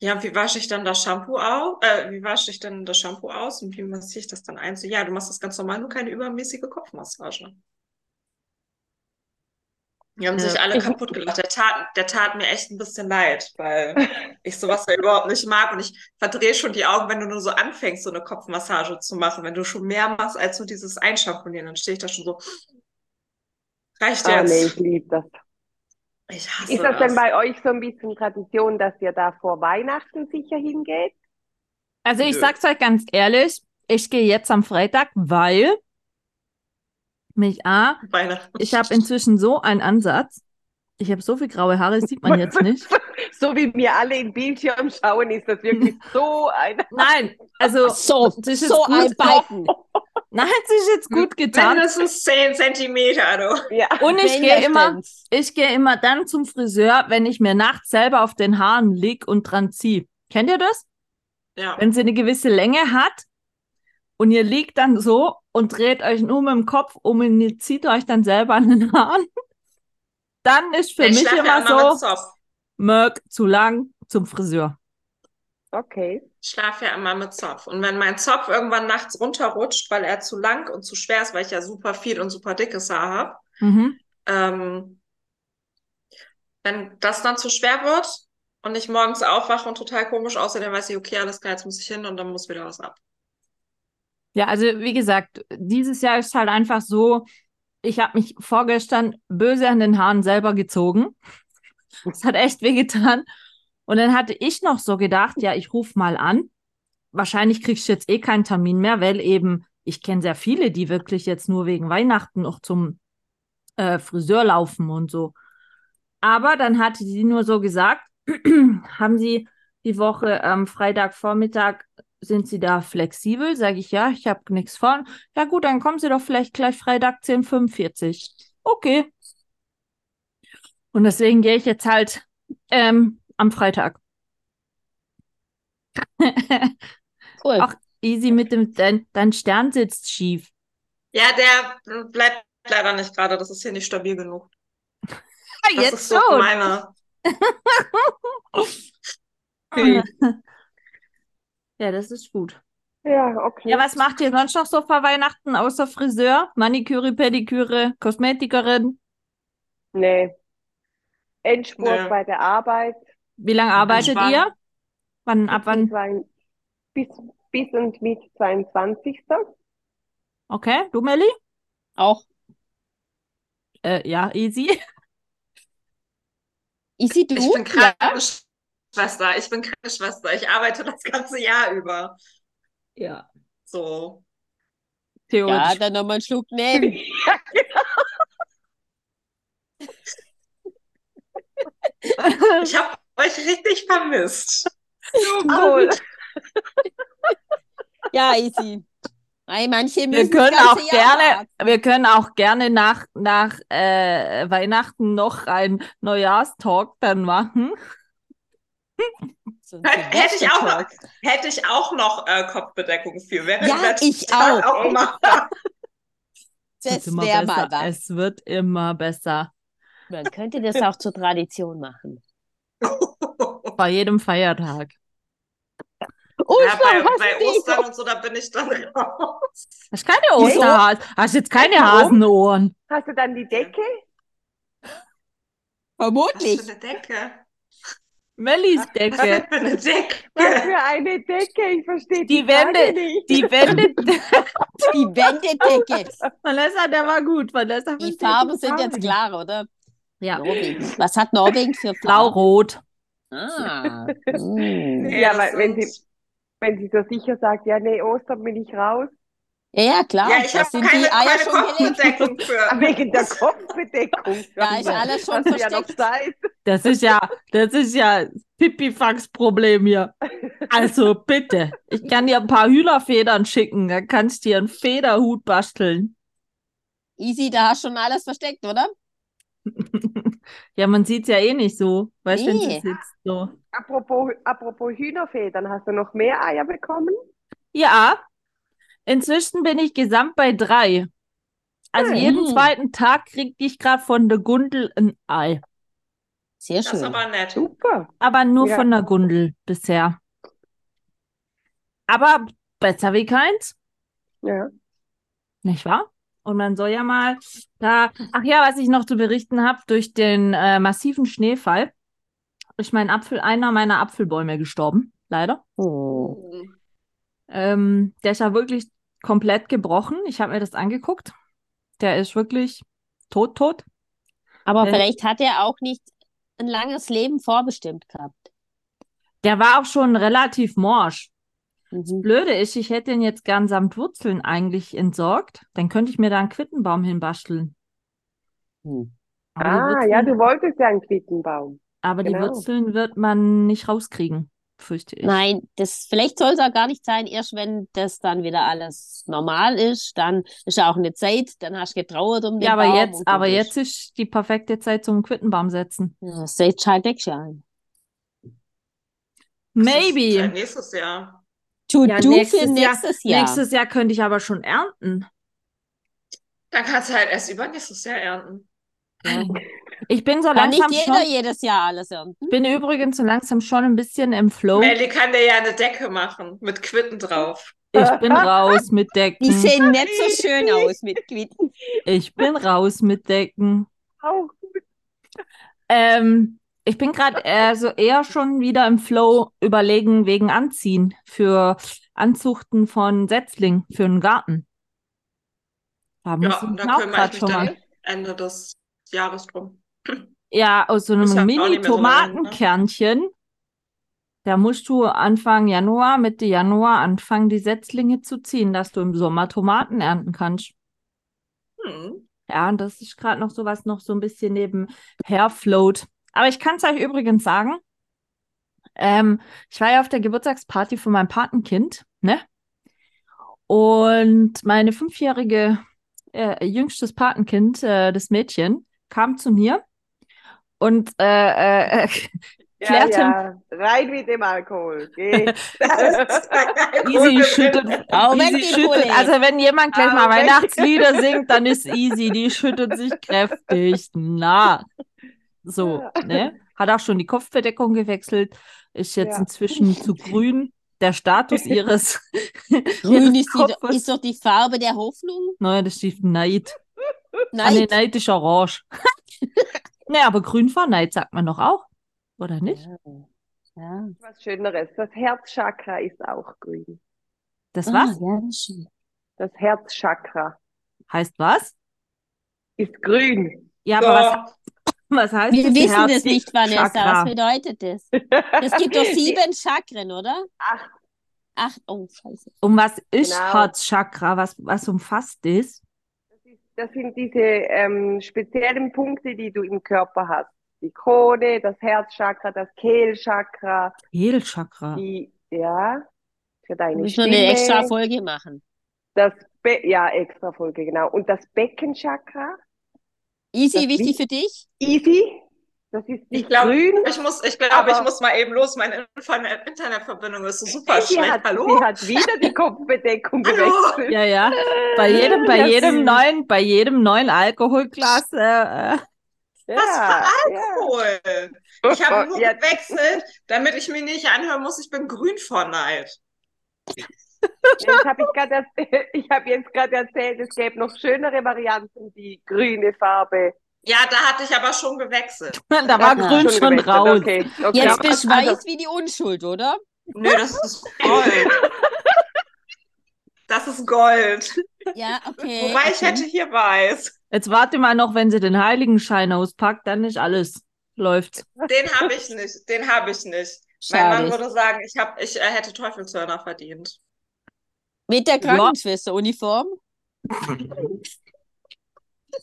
Speaker 4: Ja, und wie wasche ich dann das Shampoo aus? Äh, wie wasche ich denn das Shampoo aus und wie massiere ich das dann ein? So, ja, du machst das ganz normal, nur keine übermäßige Kopfmassage. Die haben sich alle kaputt gelacht. Der tat, der tat mir echt ein bisschen leid, weil ich sowas ja überhaupt nicht mag. Und ich verdrehe schon die Augen, wenn du nur so anfängst, so eine Kopfmassage zu machen. Wenn du schon mehr machst als nur dieses Einschamponieren, dann stehe ich da schon so. Reicht
Speaker 3: Ah, nee,
Speaker 4: jetzt.
Speaker 3: ich liebe das.
Speaker 4: Ich hasse
Speaker 3: Ist das denn bei euch so ein bisschen Tradition, dass ihr da vor Weihnachten sicher hingeht?
Speaker 1: Also ich
Speaker 5: Nö.
Speaker 1: sag's euch ganz ehrlich, ich gehe jetzt am Freitag, weil mich A,
Speaker 4: Weihnachten.
Speaker 1: ich habe inzwischen so einen Ansatz. Ich habe so viel graue Haare, das sieht man jetzt nicht.
Speaker 3: So wie wir alle im Bildschirm schauen, ist das wirklich so ein.
Speaker 1: Nein, also
Speaker 2: So,
Speaker 1: das ist
Speaker 2: so
Speaker 1: gut.
Speaker 2: ein Balken.
Speaker 1: nein, es ist jetzt gut getan.
Speaker 4: Mindestens 10 Zentimeter, du.
Speaker 3: Ja.
Speaker 1: Und ich
Speaker 2: Wenn
Speaker 1: gehe
Speaker 2: das
Speaker 1: immer,
Speaker 2: stimmt.
Speaker 1: ich gehe immer dann zum Friseur, wenn ich mir nachts selber auf den Haaren lieg und dran zieh. Kennt ihr das?
Speaker 4: Ja.
Speaker 1: Wenn sie eine gewisse Länge hat und ihr liegt dann so und dreht euch nur mit dem Kopf um und ihr zieht euch dann selber an den Haaren, dann ist für
Speaker 4: ich
Speaker 1: mich
Speaker 4: schlafe ja
Speaker 1: immer
Speaker 4: mit
Speaker 1: so,
Speaker 4: Zopf.
Speaker 1: Möck, zu lang zum Friseur.
Speaker 3: Okay.
Speaker 4: Ich schlafe ja immer mit Zopf. Und wenn mein Zopf irgendwann nachts runterrutscht, weil er zu lang und zu schwer ist, weil ich ja super viel und super dickes Haar habe,
Speaker 1: Mhm.
Speaker 4: ähm, wenn das dann zu schwer wird und ich morgens aufwache und total komisch aussehe, dann weiß ich, okay, alles klar, jetzt muss ich hin und dann muss wieder was ab.
Speaker 1: Ja, also wie gesagt, dieses Jahr ist halt einfach so, ich habe mich vorgestern böse an den Haaren selber gezogen. Es hat echt wehgetan. Und dann hatte ich noch so gedacht, ja, ich rufe mal an. Wahrscheinlich kriegst du jetzt eh keinen Termin mehr, weil eben, ich kenne sehr viele, die wirklich jetzt nur wegen Weihnachten noch zum äh, Friseur laufen und so. Aber dann hatte sie nur so gesagt, haben sie die Woche ähm, Freitagvormittag, sind sie da flexibel? Sage ich, ja, ich habe nichts vor. Ja gut, dann kommen sie doch vielleicht gleich Freitag 10.45. Okay. Und deswegen gehe ich jetzt halt ähm, am Freitag.
Speaker 2: Cool.
Speaker 1: Auch easy mit dem, dein, dein Stern sitzt schief.
Speaker 4: Ja, der bleibt leider nicht gerade. Das ist hier nicht stabil genug.
Speaker 1: Ah,
Speaker 4: Das
Speaker 1: jetzt
Speaker 4: ist so
Speaker 1: schon.
Speaker 4: meine.
Speaker 1: Ja, das ist gut.
Speaker 3: Ja, okay.
Speaker 1: Ja, was macht ihr sonst noch so vor Weihnachten außer Friseur, Maniküre, Pediküre, Kosmetikerin?
Speaker 3: Nee. Endspurt
Speaker 4: Nee.
Speaker 3: bei der Arbeit.
Speaker 1: Wie lange arbeitet
Speaker 4: Entspannen.
Speaker 1: ihr? Wann, ab wann?
Speaker 3: Zwei- Bis, bis und mit 22.
Speaker 1: Okay, du, Melli?
Speaker 2: Auch
Speaker 1: Äh, ja, easy.
Speaker 2: easy du.
Speaker 4: Ich bin
Speaker 2: ja.
Speaker 4: Krankenschwester. Ich bin Krankenschwester. Ich arbeite das ganze Jahr über.
Speaker 1: Ja.
Speaker 4: So.
Speaker 2: ja,
Speaker 1: Theoretisch.
Speaker 2: dann nochmal einen Schluck
Speaker 1: Ähm.
Speaker 2: nehmen.
Speaker 4: Ich habe euch richtig vermisst.
Speaker 3: Cool.
Speaker 2: Ja, easy. Nein, manche
Speaker 1: wir
Speaker 2: müssen eh das
Speaker 1: können
Speaker 2: ganze
Speaker 1: auch
Speaker 2: Jahr
Speaker 1: gerne,
Speaker 2: warten.
Speaker 1: wir können auch gerne nach, nach äh, Weihnachten noch einen Neujahrstalk dann machen.
Speaker 2: So ein
Speaker 4: Hätte ich auch noch,
Speaker 2: Silvestertalk.
Speaker 4: hätte ich auch noch äh, Kopfbedeckung für. Wäre
Speaker 2: Ja,
Speaker 4: wäre
Speaker 2: ich
Speaker 4: total
Speaker 2: auch.
Speaker 4: auch immer.
Speaker 1: Es
Speaker 2: Das
Speaker 1: wird immer
Speaker 2: wäre mal
Speaker 1: besser.
Speaker 2: was.
Speaker 1: Es wird immer besser.
Speaker 2: Man könnte das auch zur Tradition machen.
Speaker 1: Bei jedem Feiertag.
Speaker 2: Oh,
Speaker 4: ja, bei, bei Ostern und so, da bin ich dann raus.
Speaker 1: Hast keine
Speaker 2: Wieso?
Speaker 1: Osterhasen. Hast jetzt keine
Speaker 3: Warum?
Speaker 1: Hasenohren.
Speaker 3: Hast du dann die Decke?
Speaker 4: Was für
Speaker 2: Vermutlich.
Speaker 4: eine Decke.
Speaker 1: Mellis
Speaker 4: Was für
Speaker 1: Decke.
Speaker 4: eine Decke.
Speaker 3: Was für eine Decke? Ich verstehe
Speaker 1: Die
Speaker 3: die Frage
Speaker 1: Wände-
Speaker 3: nicht.
Speaker 1: Die Wände.
Speaker 2: Die Wendedecke.
Speaker 1: Vanessa, der war gut. Vanessa,
Speaker 2: Die
Speaker 1: versteht
Speaker 2: Farben sind jetzt
Speaker 1: Farben.
Speaker 2: klar, oder?
Speaker 1: Ja.
Speaker 2: Norwegen. Was hat Norwegen für Farben?
Speaker 1: Blau-rot.
Speaker 2: Ah.
Speaker 1: Hm.
Speaker 2: mm.
Speaker 3: Ja,
Speaker 4: das
Speaker 3: weil wenn
Speaker 4: sind-
Speaker 3: Wenn sie so sicher sagt, ja, nee, Ostern bin ich raus.
Speaker 2: Ja, ja, klar.
Speaker 4: Ja, ich
Speaker 2: das
Speaker 4: habe
Speaker 2: sind
Speaker 4: keine,
Speaker 2: die Eier
Speaker 4: keine
Speaker 2: schon gelegt.
Speaker 4: Kopfbedeckung für.
Speaker 3: Wegen der Kopfbedeckung.
Speaker 2: Da ist alles schon
Speaker 3: Hast du ja noch
Speaker 2: versteckt.
Speaker 3: Zeit.
Speaker 1: Das ist ja, das ist ja Pipifax-Problem hier. Also bitte, ich kann dir ein paar Hühnerfedern schicken, dann kannst du dir einen Federhut basteln.
Speaker 2: Easy, da hast schon alles versteckt, oder?
Speaker 1: ja, man sieht's ja eh nicht so, weißt du, wenn sie
Speaker 2: Nee.
Speaker 1: sitzt so.
Speaker 3: Apropos, apropos Hühnerfedern, hast du noch mehr Eier bekommen?
Speaker 1: Ja, inzwischen bin ich gesamt bei drei. Also
Speaker 2: Hm.
Speaker 1: jeden zweiten Tag krieg ich gerade von der Gundel ein Ei.
Speaker 2: Sehr
Speaker 4: Das ist
Speaker 2: schön.
Speaker 4: aber nett.
Speaker 3: Super.
Speaker 1: Aber nur
Speaker 3: Ja.
Speaker 1: von der Gundel bisher. Aber besser wie keins,
Speaker 3: Ja.
Speaker 1: nicht wahr? Und man soll ja mal da, ach ja, was ich noch zu berichten habe, durch den äh, massiven Schneefall ist mein Apfel, einer meiner Apfelbäume gestorben, leider.
Speaker 2: Oh.
Speaker 4: Mhm.
Speaker 1: Ähm, der ist ja wirklich komplett gebrochen. Ich habe mir das angeguckt. Der ist wirklich tot, tot.
Speaker 2: Aber
Speaker 1: Äh,
Speaker 2: vielleicht hat er auch nicht ein langes Leben vorbestimmt gehabt.
Speaker 1: Der war auch schon relativ morsch.
Speaker 2: Mhm.
Speaker 1: Blöde ist, ich hätte ihn jetzt gern samt Wurzeln eigentlich entsorgt. Dann könnte ich mir da einen Quittenbaum hinbasteln.
Speaker 2: Hm.
Speaker 1: Aber die
Speaker 3: Ah,
Speaker 1: Wurzeln-
Speaker 3: ja, du wolltest ja einen Quittenbaum.
Speaker 1: Aber die
Speaker 3: Genau.
Speaker 1: Wurzeln wird man nicht rauskriegen, fürchte ich.
Speaker 2: Nein, das vielleicht soll es auch gar nicht sein. Erst wenn das dann wieder alles normal ist, dann ist ja auch eine Zeit, dann hast du getrauert um den
Speaker 1: Ja, aber
Speaker 2: Baum
Speaker 1: jetzt,
Speaker 2: und
Speaker 1: aber
Speaker 2: gut
Speaker 1: jetzt ist die perfekte Zeit zum Quittenbaum setzen.
Speaker 2: Ist. Ja, Sage halt nächstes Jahr ein.
Speaker 4: Das ist
Speaker 1: Maybe.
Speaker 4: halt nächstes Jahr.
Speaker 2: To
Speaker 1: Ja,
Speaker 2: do
Speaker 1: nächstes
Speaker 2: für
Speaker 1: Jahr-
Speaker 2: nächstes Jahr.
Speaker 1: Nächstes Jahr könnte ich aber schon ernten.
Speaker 4: Dann kannst du halt erst übernächstes Jahr ernten.
Speaker 2: Ja.
Speaker 1: Ich bin so
Speaker 2: Kann nicht
Speaker 1: langsam
Speaker 2: jeder
Speaker 1: schon,
Speaker 2: jedes Jahr alles ernten.
Speaker 1: bin übrigens so langsam schon ein bisschen im Flow.
Speaker 4: Melly kann dir ja eine Decke machen mit Quitten drauf.
Speaker 1: Ich bin raus mit
Speaker 2: Die
Speaker 1: Decken.
Speaker 2: sehen nicht so schön aus mit Quitten.
Speaker 1: Ich bin raus mit Decken.
Speaker 3: Auch
Speaker 1: Ähm, ich bin gerade äh, so eher schon wieder im Flow überlegen wegen Anziehen für Anzuchten von Setzling für einen Garten. Da muss
Speaker 4: Ja,
Speaker 1: ich
Speaker 4: und
Speaker 1: mich
Speaker 4: da
Speaker 1: auch
Speaker 4: kümmere ich
Speaker 1: gerade
Speaker 4: mich
Speaker 1: schon mal.
Speaker 4: dann Ende des Jahres drum.
Speaker 1: Ja, aus so einem
Speaker 4: Ist ja auch nicht mehr so lange, ne?
Speaker 1: Mini-Tomatenkernchen. Da musst du Anfang Januar, Mitte Januar anfangen, die Setzlinge zu ziehen, dass du im Sommer Tomaten ernten kannst.
Speaker 4: Hm.
Speaker 1: Ja, und das ist gerade noch so was noch so ein bisschen nebenher float. Aber ich kann es euch übrigens sagen. Ähm, ich war ja auf der Geburtstagsparty von meinem Patenkind, ne? Und meine fünfjährige, äh, jüngstes Patenkind, äh, das Mädchen, kam zu mir und äh, äh, äh,
Speaker 3: Ja,
Speaker 1: klärte
Speaker 3: ja, rein mit dem Alkohol. Geh.
Speaker 1: Easy schüttelt,
Speaker 2: Au, weg
Speaker 1: easy
Speaker 2: die
Speaker 1: schüttelt.
Speaker 2: Kohle.
Speaker 1: Also wenn jemand gleich
Speaker 3: Au,
Speaker 1: mal
Speaker 3: weg.
Speaker 1: Weihnachtslieder singt, dann ist easy. Die schüttelt sich kräftig. Na, so, ne? Hat auch schon die Kopfbedeckung gewechselt. Ist jetzt
Speaker 3: Ja.
Speaker 1: inzwischen zu grün. Der Status ihres
Speaker 2: Grün
Speaker 1: ihres
Speaker 2: ist, die,
Speaker 1: Kopfes.
Speaker 2: ist doch die Farbe der Hoffnung.
Speaker 1: Nein, das ist Neid. Ah, nee,
Speaker 2: Nein.
Speaker 1: Neid ist orange. nee, aber grün war Neid, sagt man doch auch. Oder nicht?
Speaker 2: Ja.
Speaker 3: Was Schöneres. Das Herzchakra ist auch grün.
Speaker 1: Das
Speaker 2: Ah,
Speaker 1: was?
Speaker 2: ja, das ist schön.
Speaker 3: Das Herzchakra
Speaker 1: Heißt was?
Speaker 3: ist grün.
Speaker 1: Ja,
Speaker 4: So,
Speaker 1: aber was, was heißt
Speaker 2: Wir
Speaker 1: das
Speaker 2: wissen
Speaker 1: Herz-
Speaker 2: das nicht, Vanessa.
Speaker 1: Chakra.
Speaker 2: Was bedeutet das? Es gibt doch sieben Chakren, oder?
Speaker 3: Acht.
Speaker 2: Ach, oh, scheiße.
Speaker 1: Um was ist
Speaker 3: Genau.
Speaker 1: Herzchakra? Was, was umfasst das?
Speaker 3: Das ist- Das sind diese ähm, speziellen Punkte, die du im Körper hast. Die Krone, das Herzchakra, das Kehlchakra,
Speaker 1: Kehlchakra.
Speaker 3: die, ja, für deine
Speaker 2: Müssen wir eine
Speaker 3: Stimme.
Speaker 2: extra Folge machen.
Speaker 3: Das Be ja, extra Folge, genau. Und das Beckenchakra,
Speaker 2: Easy,
Speaker 3: Das
Speaker 2: wichtig
Speaker 3: liegt-
Speaker 2: für dich?
Speaker 3: easy. Das ist nicht
Speaker 4: Ich glaub,
Speaker 3: grün.
Speaker 4: ich muss, ich glaube,
Speaker 3: Aber-
Speaker 4: ich muss mal eben los. Meine Infer- Internetverbindung ist super
Speaker 3: Sie
Speaker 4: schlecht.
Speaker 3: hat,
Speaker 4: Hallo?
Speaker 3: sie hat wieder die Kopfbedeckung
Speaker 4: Hallo?
Speaker 3: gewechselt.
Speaker 1: Ja, ja. Bei jedem, bei
Speaker 3: Das-
Speaker 1: jedem neuen, bei jedem neuen Alkoholglas. Äh, äh,
Speaker 4: Was
Speaker 3: Ja,
Speaker 4: für
Speaker 3: ja.
Speaker 4: Cool. Ich habe nur
Speaker 3: Ja,
Speaker 4: gewechselt, damit ich mir nicht anhören muss, ich bin grün vor Neid.
Speaker 3: jetzt habe ich gerade erz- ich habe jetzt gerade erzählt, es gäbe noch schönere Varianten, die grüne Farbe.
Speaker 4: Ja, da hatte ich aber schon gewechselt.
Speaker 1: da war
Speaker 2: Ah,
Speaker 1: grün schon
Speaker 3: gewechselt,
Speaker 1: raus.
Speaker 3: Okay, okay.
Speaker 2: Jetzt bist du
Speaker 3: Also,
Speaker 2: weiß wie die Unschuld, oder?
Speaker 4: Nö, das ist Gold. Das ist Gold.
Speaker 2: Ja, okay.
Speaker 4: Wobei ich hätte hier weiß.
Speaker 1: Jetzt warte mal noch, wenn sie den Heiligenschein auspackt, dann ist alles. Läuft.
Speaker 4: Den habe ich nicht. Den habe ich nicht. Mein Mann
Speaker 2: Schade.
Speaker 4: würde sagen, ich, hab, ich äh, hätte Teufelshörner verdient.
Speaker 2: Mit der
Speaker 1: Ja.
Speaker 2: Krankenschwesteruniform.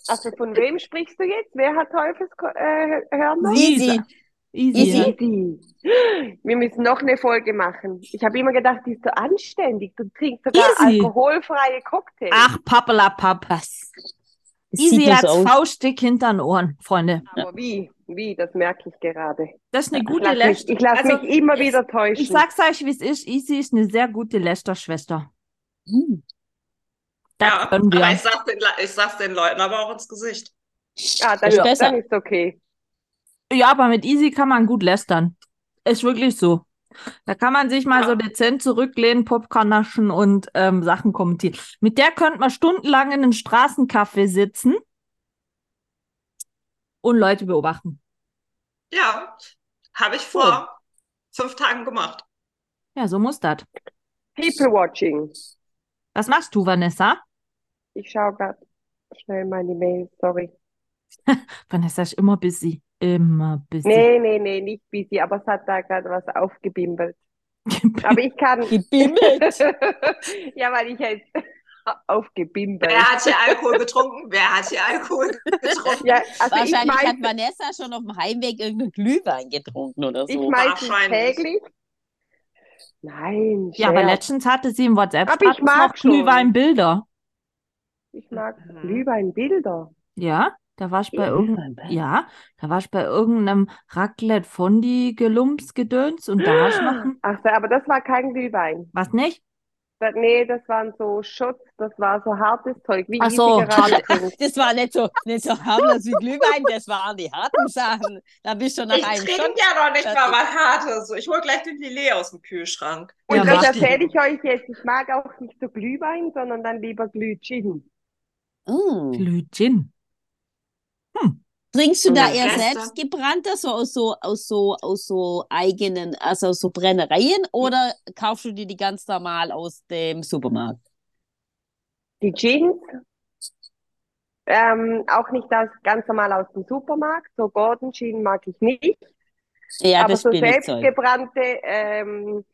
Speaker 3: also von wem sprichst du jetzt? Wer hat Teufelshörner? Äh, Hörner?
Speaker 2: Easy.
Speaker 1: Easy.
Speaker 2: Easy.
Speaker 3: Easy. Wir müssen noch eine Folge machen. Ich habe immer gedacht, die ist so anständig. Du trinkst sogar
Speaker 1: Easy.
Speaker 3: alkoholfreie Cocktails.
Speaker 1: Ach, pappelapapp.
Speaker 2: Was?
Speaker 1: Easy
Speaker 2: nur
Speaker 1: als
Speaker 2: so aus.
Speaker 1: Faustdick hinter den Ohren, Freunde.
Speaker 3: Aber wie? Wie? Das merke ich gerade.
Speaker 1: Das ist eine
Speaker 3: Ich
Speaker 1: gute
Speaker 3: lasse mich,
Speaker 1: Lächter.
Speaker 3: ich lass
Speaker 1: Also,
Speaker 3: mich immer
Speaker 1: ich-
Speaker 3: wieder täuschen.
Speaker 1: Ich sag's euch, wie es ist. Easy ist eine sehr gute Lästerschwester.
Speaker 2: Hm.
Speaker 1: Das
Speaker 4: ja,
Speaker 1: können wir.
Speaker 4: aber ich sag's, den, Le- ich sag's den Leuten aber auch ins Gesicht.
Speaker 3: ah, dann,
Speaker 2: Ist
Speaker 3: ist
Speaker 2: besser.
Speaker 3: dann ist okay.
Speaker 1: Ja, aber mit Easy kann man gut lästern. Ist wirklich so. Da kann man sich mal so dezent zurücklehnen, Popcorn naschen und ähm, Sachen kommentieren. Mit der könnte man stundenlang in einem Straßencafé sitzen und Leute beobachten.
Speaker 4: Ja, habe ich vor fünf Tagen gemacht.
Speaker 1: Ja, so muss das.
Speaker 3: People watching.
Speaker 1: Was machst du, Vanessa?
Speaker 3: Ich schaue grad schnell meine Mail, sorry.
Speaker 1: Vanessa ist immer busy. Immer busy.
Speaker 3: Nee, nee, nee, nicht busy, aber es hat da gerade was aufgebimbelt. Aber ich kann.
Speaker 2: Gebimmelt.
Speaker 3: ja, weil ich jetzt aufgebimbelt.
Speaker 4: Wer hat hier Alkohol getrunken? Wer hat hier Alkohol getrunken?
Speaker 3: Ja, also ich
Speaker 2: Wahrscheinlich
Speaker 3: mein-
Speaker 2: hat Vanessa schon auf dem Heimweg irgendeinen Glühwein getrunken oder
Speaker 3: Ich
Speaker 2: so.
Speaker 3: meistens
Speaker 4: wahrscheinlich.
Speaker 3: täglich. Nein,
Speaker 1: Ja, aber
Speaker 3: Scherz.
Speaker 1: letztens hatte sie im WhatsApp
Speaker 3: Aber ich
Speaker 1: status noch
Speaker 3: mag schon.
Speaker 1: Glühweinbilder.
Speaker 3: ich mag
Speaker 4: Mhm.
Speaker 3: Glühweinbilder.
Speaker 1: Ja, da war ich bei irgendeinem,
Speaker 2: Glühweinbild?
Speaker 1: ja, da war ich bei irgendeinem Raclette Fondi Gelumps Gedöns und da war ich noch ein,
Speaker 3: Ach so, aber das war kein Glühwein.
Speaker 1: was nicht?
Speaker 3: Das, nee, das waren so Schutz, das war so hartes Zeug, wie
Speaker 1: Ach so,
Speaker 3: E-Zigarette trinken.
Speaker 2: Das war nicht so, nicht so harmlos wie Glühwein, das waren die harten Sachen. Da bist du schon nach
Speaker 4: Ich
Speaker 2: einem
Speaker 4: trinke
Speaker 2: Schott.
Speaker 4: ja noch nicht
Speaker 2: fertig.
Speaker 4: mal was Hartes. Ich hole gleich den Lillet aus dem Kühlschrank.
Speaker 1: Ja,
Speaker 3: Und
Speaker 1: mach
Speaker 3: das
Speaker 1: die.
Speaker 3: erzähle ich euch jetzt. Ich mag auch nicht so Glühwein, sondern dann lieber Glühgin.
Speaker 2: Mm.
Speaker 1: Glühgin.
Speaker 2: Trinkst du
Speaker 3: Und
Speaker 2: da
Speaker 3: dann
Speaker 2: eher
Speaker 4: Reste.
Speaker 2: selbstgebrannter, so aus so aus so aus so eigenen, also aus so Brennereien, oder kaufst du dir die ganz normal aus dem Supermarkt?
Speaker 3: Die Gins, ähm, auch nicht aus, ganz normal aus dem Supermarkt. So Gordon Gin mag ich nicht.
Speaker 2: Ja,
Speaker 3: Aber
Speaker 2: das
Speaker 3: so
Speaker 2: Billigzeug.
Speaker 3: selbstgebrannte ähm,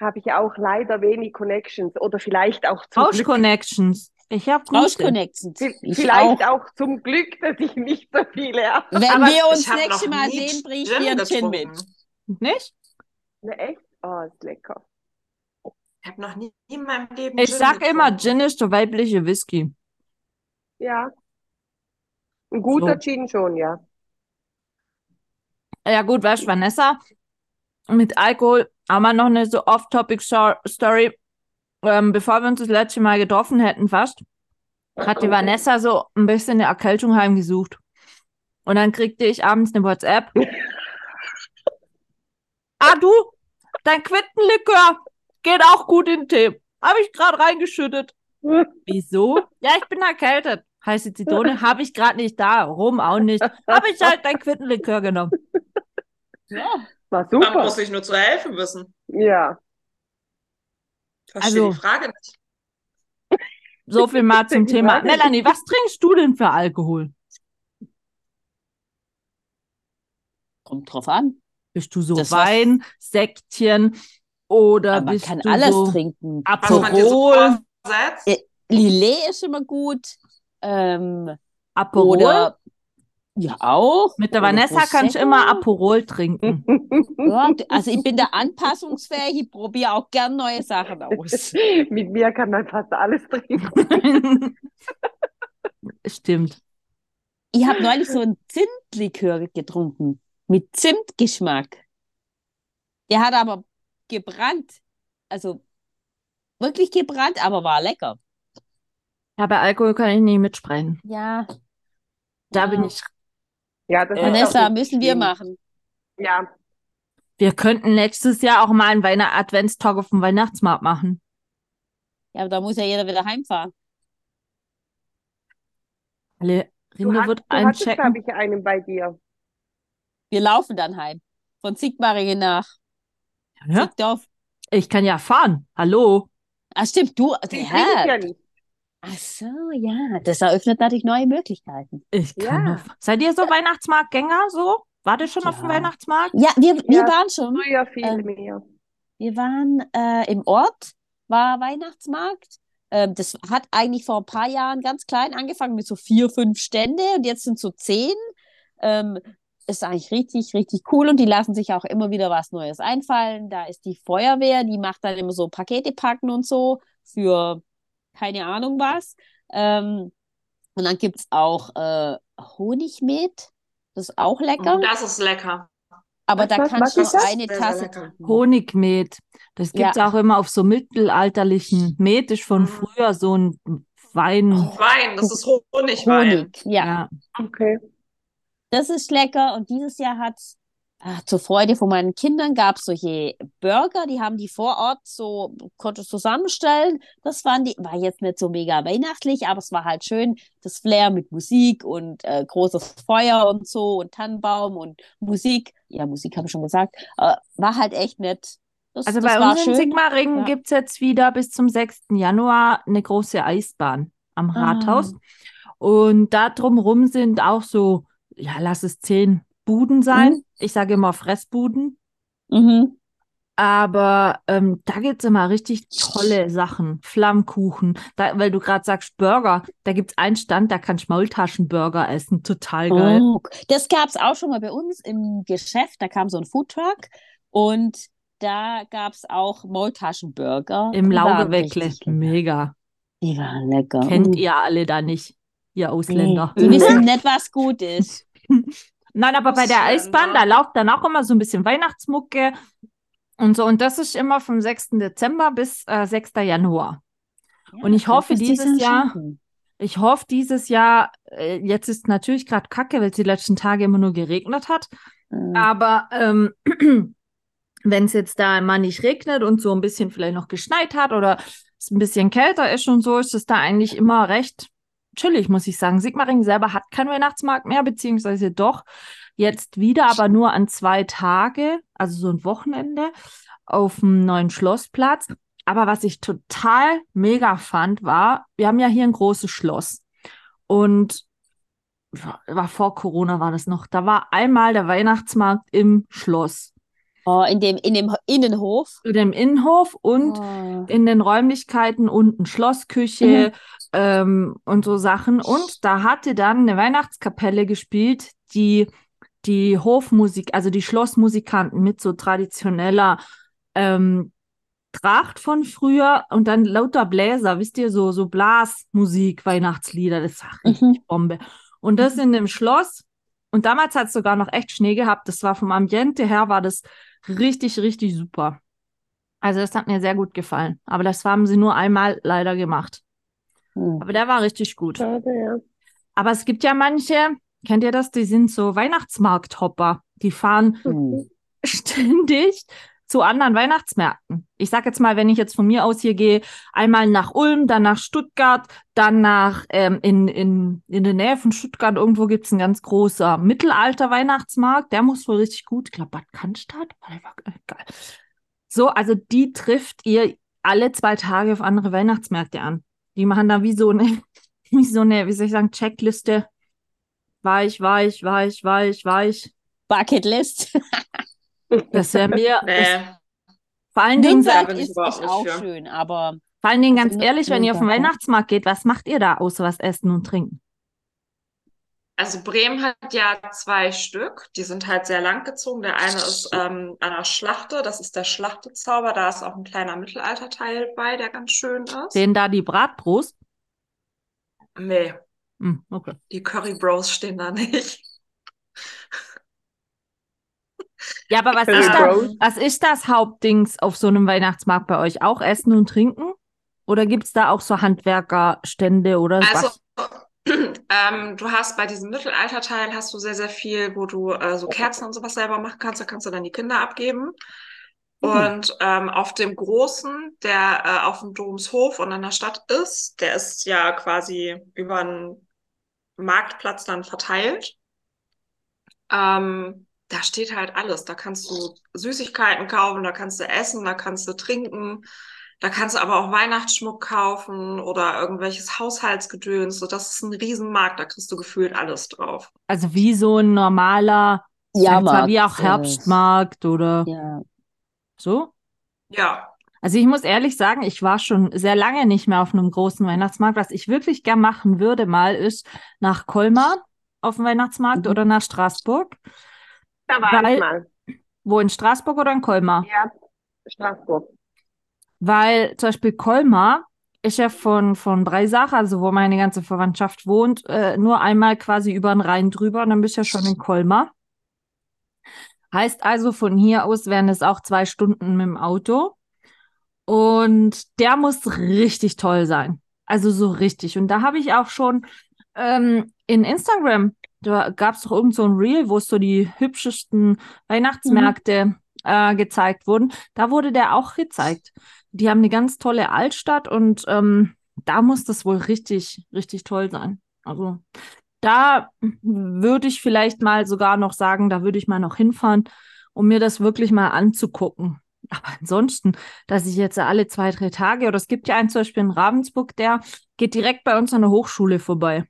Speaker 3: habe ich auch leider wenig Connections oder vielleicht auch zum
Speaker 1: Rausch
Speaker 3: Glück.
Speaker 1: Connections. Ich habe
Speaker 2: Rausch Connections.
Speaker 3: Vi-
Speaker 2: Ich auch.
Speaker 3: Vielleicht auch. zum Glück, dass ich nicht so viele habe.
Speaker 2: Wenn
Speaker 4: Aber
Speaker 2: wir uns
Speaker 4: ich hab
Speaker 2: nächstes
Speaker 4: noch
Speaker 2: Mal
Speaker 4: nie
Speaker 2: sehen, bring ich
Speaker 4: Gin
Speaker 2: dir einen Gin mit.
Speaker 4: getrunken.
Speaker 1: Nicht?
Speaker 3: Ne, echt? Oh, ist lecker.
Speaker 4: Ich habe noch nie in meinem Leben
Speaker 1: Ich
Speaker 4: Gin
Speaker 1: sag immer,
Speaker 4: getrunken.
Speaker 1: Gin ist der weibliche Whisky.
Speaker 3: Ja. Ein guter
Speaker 1: So.
Speaker 3: Gin schon, ja.
Speaker 1: Ja gut, weißt du, Vanessa, mit Alkohol haben wir noch eine so Off-Topic-Story. Ähm, bevor wir uns das letzte Mal getroffen hätten fast, hat die Vanessa so ein bisschen eine Erkältung heimgesucht. Und dann kriegte ich abends eine WhatsApp. ah du, dein Quittenlikör geht auch gut in den Tee. Habe ich gerade reingeschüttet. Wieso? Ja, ich bin erkältet. Heiße Zitrone habe ich gerade nicht da. Rum auch nicht. Habe ich halt dein Quittenlikör genommen.
Speaker 2: Ja.
Speaker 3: War
Speaker 4: Man
Speaker 3: super.
Speaker 4: muss sich nur zu helfen wissen.
Speaker 3: Ja.
Speaker 4: Verstehe
Speaker 1: Also-
Speaker 4: die Frage nicht.
Speaker 1: So viel mal zum Thema. Melanie, was trinkst du denn für Alkohol?
Speaker 2: Kommt drauf an.
Speaker 1: Bist du so
Speaker 2: Das war-
Speaker 1: Wein, Sektchen oder
Speaker 2: Aber man
Speaker 1: bist
Speaker 2: kann
Speaker 1: du
Speaker 2: alles
Speaker 1: so
Speaker 2: trinken.
Speaker 4: Was Also man dir so
Speaker 1: Aperol,
Speaker 4: vorsetzt.
Speaker 2: Ja. Lillet ist immer gut. Ähm,
Speaker 1: Aperol?
Speaker 2: oder ja auch.
Speaker 1: Mit der
Speaker 2: Oder
Speaker 1: Vanessa kannst du
Speaker 2: Prosecco.
Speaker 1: immer Aperol trinken.
Speaker 2: Ja, d- also ich bin da anpassungsfähig, ich probiere auch gern neue Sachen aus.
Speaker 3: Mit mir kann man fast alles trinken.
Speaker 1: Stimmt.
Speaker 2: Ich habe neulich so einen Zimtlikör getrunken mit Zimtgeschmack. Der hat aber gebrannt. Also wirklich gebrannt, aber war lecker.
Speaker 1: Ja, bei Alkohol kann ich nicht mitsprechen.
Speaker 2: Ja.
Speaker 1: Da
Speaker 2: Ja.
Speaker 1: bin ich.
Speaker 3: Ja, das
Speaker 1: Äh,
Speaker 3: ist auch
Speaker 2: Vanessa,
Speaker 3: nicht
Speaker 2: müssen wir
Speaker 3: schlimm.
Speaker 2: machen.
Speaker 3: Ja,
Speaker 1: Wir könnten nächstes Jahr auch mal einen Weihn Adventstag auf dem Weihnachtsmarkt machen.
Speaker 2: Ja, aber da muss ja jeder wieder heimfahren.
Speaker 1: Alle
Speaker 3: du,
Speaker 1: Rinde
Speaker 3: hast,
Speaker 1: wird
Speaker 3: du hattest,
Speaker 1: einchecken.
Speaker 3: glaube ich, einen bei dir.
Speaker 2: Wir laufen dann heim. Von Sigmaringen nach
Speaker 1: Ja,
Speaker 2: Sigdorf.
Speaker 1: ich kann ja fahren. Hallo.
Speaker 2: Ah, stimmt, du.
Speaker 3: Die
Speaker 2: ja.
Speaker 3: trinke ich ja nicht.
Speaker 2: Ach so, ja. Das eröffnet natürlich neue Möglichkeiten.
Speaker 1: Ich kann
Speaker 3: Ja.
Speaker 1: nur. fa- Seid ihr so Weihnachtsmarktgänger so? Wart ihr schon auf dem
Speaker 2: Ja.
Speaker 1: Weihnachtsmarkt?
Speaker 2: Ja, wir, wir
Speaker 3: Ja.
Speaker 2: waren schon.
Speaker 3: Früher viel
Speaker 2: Ähm,
Speaker 3: mehr.
Speaker 2: Wir waren äh, im Ort, war Weihnachtsmarkt. Ähm, das hat eigentlich vor ein paar Jahren ganz klein angefangen mit so vier, fünf Stände und jetzt sind so zehn. Ähm, ist eigentlich richtig, richtig cool und die lassen sich auch immer wieder was Neues einfallen. Da ist die Feuerwehr, die macht dann immer so Pakete packen und so für keine Ahnung was. Ähm, und dann gibt es auch äh, Honigmet, das ist auch lecker,
Speaker 4: Das ist lecker.
Speaker 2: aber
Speaker 3: Was-
Speaker 2: da
Speaker 3: Oh, was-
Speaker 2: kannst
Speaker 3: was
Speaker 2: du
Speaker 3: ist das?
Speaker 2: eine
Speaker 4: Sehr, sehr
Speaker 2: Tasse
Speaker 4: lecker.
Speaker 2: trinken.
Speaker 1: Honigmet. Das
Speaker 2: Ja.
Speaker 1: gibt's auch immer auf so mittelalterlichen. Met ist von
Speaker 4: Mhm.
Speaker 1: früher so ein Wein.
Speaker 2: Oh,
Speaker 4: Wein, das ist Honigwein.
Speaker 3: Ah,
Speaker 2: Honig, ja.
Speaker 1: ja.
Speaker 3: Okay.
Speaker 2: Das ist lecker und dieses Jahr hat ach, zur Freude von meinen Kindern gab es solche Burger, die haben die vor Ort so, konntest zusammenstellen. Das fand ich, war jetzt nicht so mega weihnachtlich, aber es war halt schön, das Flair mit Musik und äh, großes Feuer und so und Tannenbaum und Musik. Ja, Musik habe ich schon gesagt. Äh, war halt echt nett. Das,
Speaker 1: Also
Speaker 2: das
Speaker 1: bei
Speaker 2: war
Speaker 1: uns in
Speaker 2: schön.
Speaker 1: Sigmaringen
Speaker 2: Ja.
Speaker 1: gibt es jetzt wieder bis zum 6. Januar eine große Eisbahn am
Speaker 2: Ah.
Speaker 1: Rathaus. Und da drumrum sind auch so, ja, lass es zehn Buden sein.
Speaker 2: Mhm.
Speaker 1: Ich sage immer Fressbuden.
Speaker 2: Mhm.
Speaker 1: Aber ähm, da gibt es immer richtig tolle Sachen. Flammkuchen, da, weil du gerade sagst Burger. Da gibt es einen Stand, da kannst du Maultaschenburger essen. Total geil.
Speaker 2: Oh, das gab es auch schon mal bei uns im Geschäft. Da kam so ein Foodtruck und da gab es auch Maultaschenburger.
Speaker 1: Im
Speaker 2: Die waren
Speaker 1: Laugeweckle.
Speaker 2: richtig lecker.
Speaker 1: Mega.
Speaker 2: Die waren lecker.
Speaker 1: Kennt
Speaker 2: Mm.
Speaker 1: ihr alle da nicht, ihr Ausländer.
Speaker 2: Die wissen nicht, äh, was gut ist.
Speaker 1: Nein, aber bei der
Speaker 4: Bisschen,
Speaker 1: Eisbahn,
Speaker 4: ne?
Speaker 1: da läuft dann auch immer so ein bisschen Weihnachtsmucke und so. Und das ist immer vom 6. Dezember bis äh, 6. Januar. Und ich hoffe,
Speaker 2: das ist
Speaker 1: dieses
Speaker 2: ein
Speaker 1: Jahr-
Speaker 2: Schinken.
Speaker 1: Ich hoffe, dieses Jahr, äh, jetzt ist natürlich gerade kacke, weil es die letzten Tage immer nur geregnet hat.
Speaker 2: Mm.
Speaker 1: Aber ähm, wenn es jetzt da mal nicht regnet und so ein bisschen vielleicht noch geschneit hat oder es ein bisschen kälter ist und so, ist es da eigentlich immer recht chillig, muss ich sagen. Sigmaringen selber hat keinen Weihnachtsmarkt mehr, beziehungsweise doch jetzt wieder, aber nur an zwei Tage, also so ein Wochenende auf dem neuen Schlossplatz. Aber was ich total mega fand, war, wir haben ja hier ein großes Schloss. Und war- war vor Corona war das noch. Da war einmal der Weihnachtsmarkt im Schloss,
Speaker 2: Oh, in dem, in dem Innenhof.
Speaker 1: in dem Innenhof und
Speaker 2: oh.
Speaker 1: in den Räumlichkeiten unten Schlossküche ähm, und so Sachen. Und da hatte dann eine Weihnachtskapelle gespielt, die die Hofmusik, also die Schlossmusikanten mit so traditioneller ähm, Tracht von früher und dann lauter Bläser, wisst ihr, so, so Blasmusik, Weihnachtslieder, das war richtig
Speaker 2: Mhm.
Speaker 1: Bombe. Und das in dem Schloss. Und damals hat es sogar noch echt Schnee gehabt. Das war vom Ambiente her, war das richtig, richtig super. Also das hat mir sehr gut gefallen. Aber das haben sie nur einmal leider gemacht.
Speaker 2: Hm.
Speaker 1: Aber der war richtig gut.
Speaker 3: Schade, ja.
Speaker 1: Aber es gibt ja manche, kennt ihr das? Die sind so Weihnachtsmarkthopper. Die fahren
Speaker 2: Hm.
Speaker 1: ständig zu anderen Weihnachtsmärkten. Ich sag jetzt mal, wenn ich jetzt von mir aus hier gehe, einmal nach Ulm, dann nach Stuttgart, dann nach ähm, in, in, in der Nähe von Stuttgart irgendwo gibt's ein ganz großer Mittelalter-Weihnachtsmarkt. Der muss wohl richtig gut. Ich glaube, Bad Cannstatt. Boah, der war ge- geil. So, also die trifft ihr alle zwei Tage auf andere Weihnachtsmärkte an. Die machen da wie so eine, wie so eine, wie soll ich sagen, Checkliste. Weich, weich, weich, weich, weich.
Speaker 2: Bucketlist.
Speaker 1: Das wäre mir, das,
Speaker 4: Nee.
Speaker 1: vor allen Dingen,
Speaker 4: da
Speaker 2: Nürnberg
Speaker 4: bin ich
Speaker 2: ist, ist
Speaker 4: überhaupt nicht
Speaker 2: auch
Speaker 4: für.
Speaker 2: schön, aber
Speaker 1: Vor allen Dingen
Speaker 2: Also
Speaker 1: ganz
Speaker 2: nur-
Speaker 1: ehrlich, wenn
Speaker 2: nur
Speaker 1: ihr auf den
Speaker 2: Sachen.
Speaker 1: Weihnachtsmarkt geht, was macht ihr da außer was essen und trinken?
Speaker 4: Also Bremen hat ja zwei Stück, die sind halt sehr lang gezogen. Der eine ist ähm, an der Schlachte, das ist der Schlachtezauber, da ist auch ein kleiner Mittelalterteil bei, der ganz schön ist.
Speaker 1: Sehen da die Bratbrust?
Speaker 4: Nee,
Speaker 1: Hm, okay.
Speaker 4: die Curry Bros stehen da nicht.
Speaker 1: Ja, aber was
Speaker 3: Curry
Speaker 1: ist, da,
Speaker 3: Bros.
Speaker 1: was ist das Hauptdings auf so einem Weihnachtsmarkt bei euch? Auch Essen und Trinken? Oder gibt es da auch so Handwerkerstände oder
Speaker 4: Also,
Speaker 1: was?
Speaker 4: ähm, du hast bei diesem Mittelalterteil hast du sehr, sehr viel, wo du äh, so Kerzen und sowas selber machen kannst. Da kannst du dann die Kinder abgeben. Und ähm, auf dem Großen, der äh, auf dem Domshof und an der Stadt ist, der ist ja quasi über einen Marktplatz dann verteilt. Ähm, da steht halt alles. Da kannst du Süßigkeiten kaufen, da kannst du essen, da kannst du trinken, da kannst du aber auch Weihnachtsschmuck kaufen oder irgendwelches Haushaltsgedöns. So, das ist ein Riesenmarkt, da kriegst du gefühlt alles drauf.
Speaker 1: Also wie so ein normaler, ich sag jetzt mal, wie auch
Speaker 2: Jahrmarkt, äh,
Speaker 1: Herbstmarkt oder
Speaker 2: Ja.
Speaker 1: so?
Speaker 4: Ja,
Speaker 1: Also ich muss ehrlich sagen, ich war schon sehr lange nicht mehr auf einem großen Weihnachtsmarkt. Was ich wirklich gern machen würde mal, ist nach Colmar auf dem Weihnachtsmarkt
Speaker 2: Mhm.
Speaker 1: oder nach Straßburg.
Speaker 3: Da war
Speaker 1: Weil-
Speaker 3: ich mal.
Speaker 1: Wo, in Straßburg oder in Colmar?
Speaker 3: Ja, Straßburg.
Speaker 1: Weil zum Beispiel Colmar ist ja von, von Breisach, also wo meine ganze Verwandtschaft wohnt, äh, nur einmal quasi über den Rhein drüber und dann bist du ja schon in Colmar. Heißt also, von hier aus wären es auch zwei Stunden mit dem Auto. Und der muss richtig toll sein. Also so richtig. Und da habe ich auch schon ähm, in Instagram da gab es doch irgend so ein Reel, wo so die hübschesten Weihnachtsmärkte äh, gezeigt wurden. Da wurde der auch gezeigt. Die haben eine ganz tolle Altstadt und ähm, da muss das wohl richtig, richtig toll sein. Also da würde ich vielleicht mal sogar noch sagen, da würde ich mal noch hinfahren, um mir das wirklich mal anzugucken. Aber ansonsten, dass ich jetzt alle zwei, drei Tage, oder es gibt ja einen zum Beispiel in Ravensburg, der geht direkt bei uns an der Hochschule vorbei.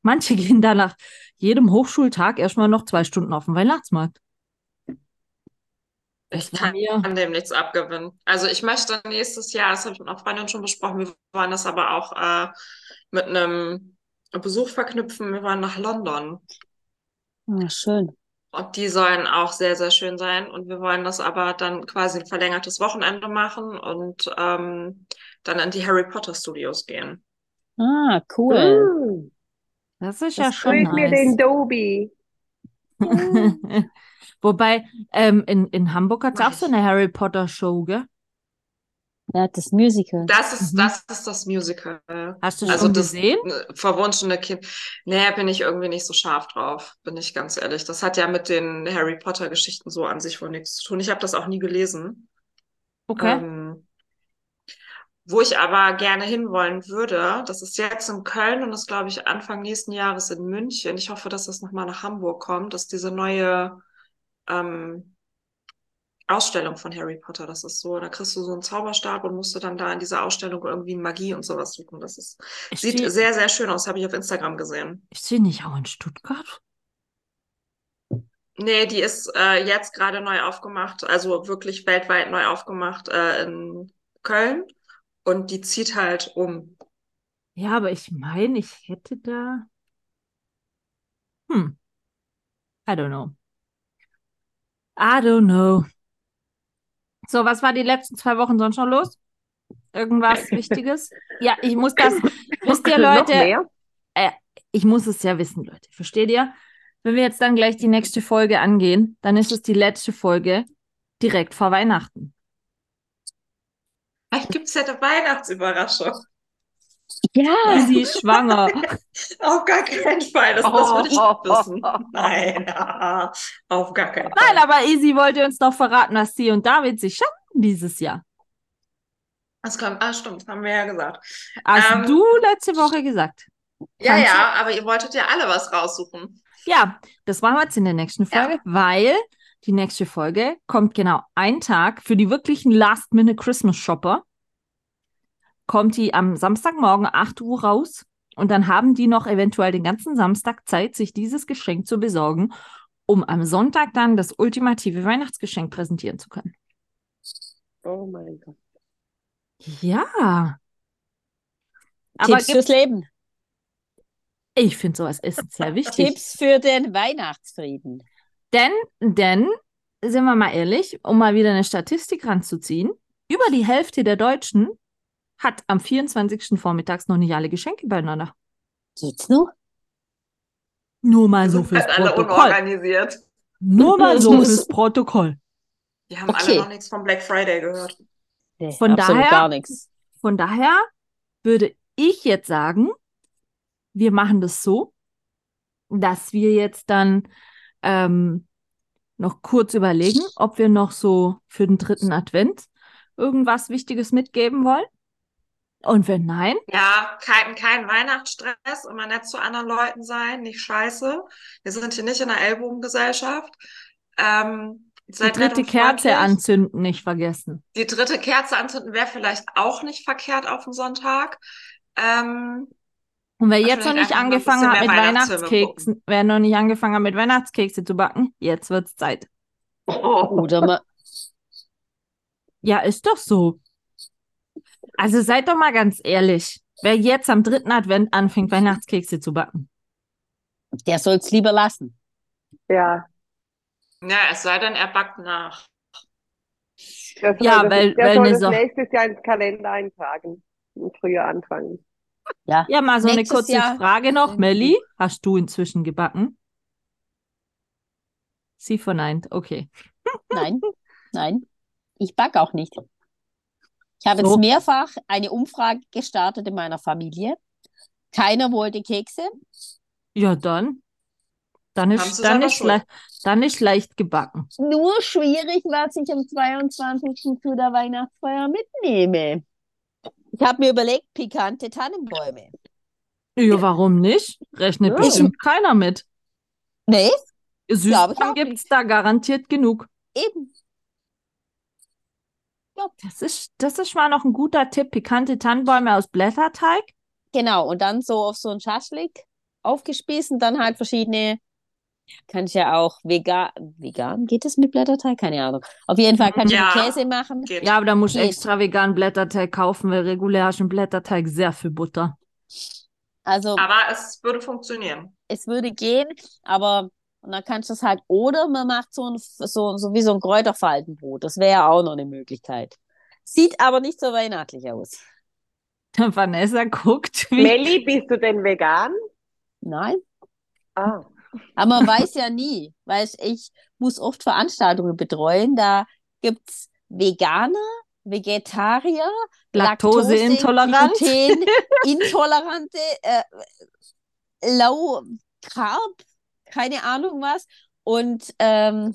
Speaker 1: Manche gehen da nach jedem Hochschultag erstmal noch zwei Stunden auf den Weihnachtsmarkt.
Speaker 4: Ich
Speaker 1: Das war
Speaker 4: kann
Speaker 1: mir.
Speaker 4: an dem nichts abgewinnen. Also ich möchte nächstes Jahr, das habe ich mit einer Freundin schon besprochen, wir wollen das aber auch äh, mit einem Besuch verknüpfen. Wir wollen nach London.
Speaker 2: Ja, Ah, schön.
Speaker 4: Und die sollen auch sehr, sehr schön sein. Und wir wollen das aber dann quasi ein verlängertes Wochenende machen und ähm, dann in die Harry Potter Studios gehen.
Speaker 2: Ah,
Speaker 1: Hm.
Speaker 2: cool.
Speaker 3: Mm,
Speaker 1: Das ist
Speaker 2: Das
Speaker 1: ja
Speaker 3: hol
Speaker 1: schon
Speaker 3: ich mir
Speaker 1: Oh, nice.
Speaker 3: den Dobie.
Speaker 1: Wobei, ähm, in, in Hamburg hat es
Speaker 4: Mach
Speaker 1: auch so
Speaker 4: ich.
Speaker 1: eine Harry Potter Show, gell?
Speaker 2: Ja, das Musical.
Speaker 4: Das ist,
Speaker 1: Mhm.
Speaker 4: das ist das Musical.
Speaker 1: Hast du
Speaker 4: Also
Speaker 1: schon
Speaker 4: das
Speaker 1: gesehen?
Speaker 4: ne, verwunschene Kind. Nee, bin ich irgendwie nicht so scharf drauf, bin ich ganz ehrlich. Das hat ja mit den Harry Potter Geschichten so an sich wohl nichts zu tun. Ich habe das auch nie gelesen.
Speaker 1: Okay.
Speaker 4: Ähm, wo ich aber gerne hinwollen würde, das ist jetzt in Köln und ist, glaube ich, Anfang nächsten Jahres in München. Ich hoffe, dass das nochmal nach Hamburg kommt, dass diese neue ähm, Ausstellung von Harry Potter, das ist so, da kriegst du so einen Zauberstab und musst du dann da in dieser Ausstellung irgendwie Magie und sowas suchen. Das ist,
Speaker 1: Ist
Speaker 4: sieht
Speaker 1: die,
Speaker 4: sehr, sehr schön aus, habe ich auf Instagram gesehen.
Speaker 1: ist die nicht auch in Stuttgart?
Speaker 4: Nee, die ist äh, jetzt gerade neu aufgemacht, also wirklich weltweit neu aufgemacht äh, in Köln und die zieht halt um.
Speaker 1: Ja, aber ich meine, ich hätte da. Hm, I don't know. I don't know. So, was war die letzten zwei Wochen sonst noch los? Irgendwas Wichtiges? Ja, ich muss das. Wisst ihr,
Speaker 3: Noch
Speaker 1: Leute,
Speaker 3: mehr?
Speaker 1: ich muss es ja wissen, Leute. Versteht ihr? Wenn wir jetzt dann gleich die nächste Folge angehen, dann ist es die letzte Folge direkt vor Weihnachten.
Speaker 4: Vielleicht gibt's ja eine Weihnachtsüberraschung.
Speaker 2: Ja,
Speaker 1: Susi ist schwanger.
Speaker 4: Auf gar keinen Fall, das, das
Speaker 3: Oh,
Speaker 4: würde ich
Speaker 3: oh,
Speaker 4: nicht
Speaker 3: oh,
Speaker 4: wissen.
Speaker 3: oh.
Speaker 4: Nein, ah, auf gar keinen
Speaker 1: Nein,
Speaker 4: Fall.
Speaker 1: aber Easy wollte uns noch verraten, dass sie und David sich schaffen dieses Jahr.
Speaker 4: Das kommt, ah, stimmt, haben wir ja gesagt.
Speaker 1: Hast
Speaker 4: Ähm,
Speaker 1: du letzte Woche gesagt.
Speaker 4: Ja,
Speaker 1: Kannst
Speaker 4: ja, aber ihr wolltet ja alle was raussuchen.
Speaker 1: Ja, das machen wir jetzt in der nächsten
Speaker 4: Ja.
Speaker 1: Folge, weil die nächste Folge kommt genau ein Tag für die wirklichen Last-Minute-Christmas-Shopper. Kommt die am Samstagmorgen 8 Uhr raus und dann haben die noch eventuell den ganzen Samstag Zeit, sich dieses Geschenk zu besorgen, um am Sonntag dann das ultimative Weihnachtsgeschenk präsentieren zu können.
Speaker 3: Oh mein Gott.
Speaker 1: Ja, aber
Speaker 2: Tipps fürs Leben.
Speaker 1: ich finde sowas essentiell wichtig.
Speaker 2: Tipps für den Weihnachtsfrieden.
Speaker 1: Denn, denn, sind wir mal ehrlich, um mal wieder eine Statistik ranzuziehen, über die Hälfte der Deutschen hat am 24. vormittags noch nicht alle Geschenke beieinander.
Speaker 2: Geht's noch?
Speaker 1: Nur mal
Speaker 4: Wir
Speaker 1: so
Speaker 4: sind
Speaker 1: Also fürs
Speaker 4: halt alle
Speaker 1: Protokoll.
Speaker 4: unorganisiert.
Speaker 1: Nur mal so fürs Protokoll.
Speaker 4: Wir haben alle
Speaker 2: Okay.
Speaker 4: noch nichts vom Black Friday gehört.
Speaker 2: Nee,
Speaker 1: Von
Speaker 2: absolut
Speaker 1: daher-
Speaker 2: gar nichts.
Speaker 1: Von daher würde ich jetzt sagen, wir machen das so, dass wir jetzt dann ähm, noch kurz überlegen, ob wir noch so für den dritten Advent irgendwas Wichtiges mitgeben wollen. Und wenn nein,
Speaker 4: Ja, kein, kein Weihnachtsstress, immer nett zu anderen Leuten sein, nicht scheiße. Wir sind hier nicht in einer Ellbogengesellschaft. Ähm,
Speaker 1: Die
Speaker 4: seid nett
Speaker 1: dritte
Speaker 4: und
Speaker 1: Kerze
Speaker 4: freundlich.
Speaker 1: anzünden, nicht vergessen.
Speaker 4: Die dritte Kerze anzünden wäre vielleicht auch nicht verkehrt auf dem Sonntag. Ähm,
Speaker 1: Und wer
Speaker 4: Ach,
Speaker 1: jetzt noch
Speaker 4: vielleicht
Speaker 1: nicht
Speaker 4: einfach mal ein
Speaker 1: angefangen
Speaker 4: bisschen
Speaker 1: hat mit
Speaker 4: mehr Weihnachtsfilme
Speaker 1: Weihnachtskeksen, wer noch nicht angefangen hat mit Weihnachtskekse zu backen, jetzt wird's Zeit.
Speaker 4: oh,
Speaker 2: Oder mal.
Speaker 1: Ja, ist doch so. Also seid doch mal ganz ehrlich. Wer jetzt am dritten Advent anfängt, Weihnachtskekse zu backen.
Speaker 2: Der soll's lieber lassen.
Speaker 3: Ja,
Speaker 4: ja, es sei denn, er backt nach.
Speaker 3: der soll,
Speaker 1: Ja,
Speaker 3: das,
Speaker 1: weil-
Speaker 3: der
Speaker 1: weil
Speaker 3: soll
Speaker 1: ne
Speaker 3: das
Speaker 1: Sache-
Speaker 3: nächstes Jahr ins Kalender eintragen und früher anfangen.
Speaker 2: Ja.
Speaker 1: Ja, mal so eine
Speaker 2: Nächstes
Speaker 1: kurze
Speaker 2: Jahr
Speaker 1: Frage noch.
Speaker 2: sind
Speaker 1: Melli, hast du inzwischen gebacken? Sie verneint, okay.
Speaker 2: Nein, nein. Ich backe auch nicht. Ich habe
Speaker 1: So.
Speaker 2: jetzt mehrfach eine Umfrage gestartet in meiner Familie. Keiner wollte Kekse.
Speaker 1: Ja, dann. Dann
Speaker 4: Haben
Speaker 1: ist,
Speaker 4: sie
Speaker 1: dann
Speaker 4: selber
Speaker 1: ist,
Speaker 4: schuld.
Speaker 1: le dann ist leicht gebacken.
Speaker 2: Nur schwierig, was ich am 22. zu der Weihnachtsfeier mitnehme. Ich habe mir überlegt, pikante Tannenbäume.
Speaker 1: Ja, warum nicht? Rechnet
Speaker 2: Ja.
Speaker 1: bestimmt keiner mit.
Speaker 2: Nee, Glaub ich
Speaker 1: Süßkram
Speaker 2: auch
Speaker 1: gibt's da garantiert genug.
Speaker 2: eben.
Speaker 1: Das ist, das ist mal noch ein guter Tipp. Pikante Tannenbäume aus Blätterteig.
Speaker 2: Genau. Und dann so auf so ein Schaschlik aufgespießt und dann halt verschiedene. Kannst ja auch vegan. Vegan? Geht das mit Blätterteig? Keine Ahnung. Auf jeden Fall kannst du
Speaker 4: Ja.
Speaker 2: mit Käse machen.
Speaker 4: Geht.
Speaker 1: Ja, aber da musst du
Speaker 2: Geht.
Speaker 1: extra veganen Blätterteig kaufen, weil regulär hast du einen Blätterteig sehr viel Butter.
Speaker 2: Also
Speaker 4: Aber es würde funktionieren.
Speaker 2: es würde gehen, aber und dann kannst du es halt. Oder man macht so ein so, so wie so ein Kräuterfaltenbrot. Das wäre ja auch noch eine Möglichkeit. Sieht aber nicht so weihnachtlich aus.
Speaker 1: Vanessa guckt, wie.
Speaker 3: Melli, bist du denn vegan?
Speaker 2: Nein.
Speaker 3: Ah.
Speaker 2: Aber man weiß ja nie, weil ich muss oft Veranstaltungen betreuen. Da gibt's Veganer, Vegetarier,
Speaker 1: Laktoseintolerant.
Speaker 2: Laktose, Gluten, Intolerante, äh, Low Carb, keine Ahnung was. Und ähm,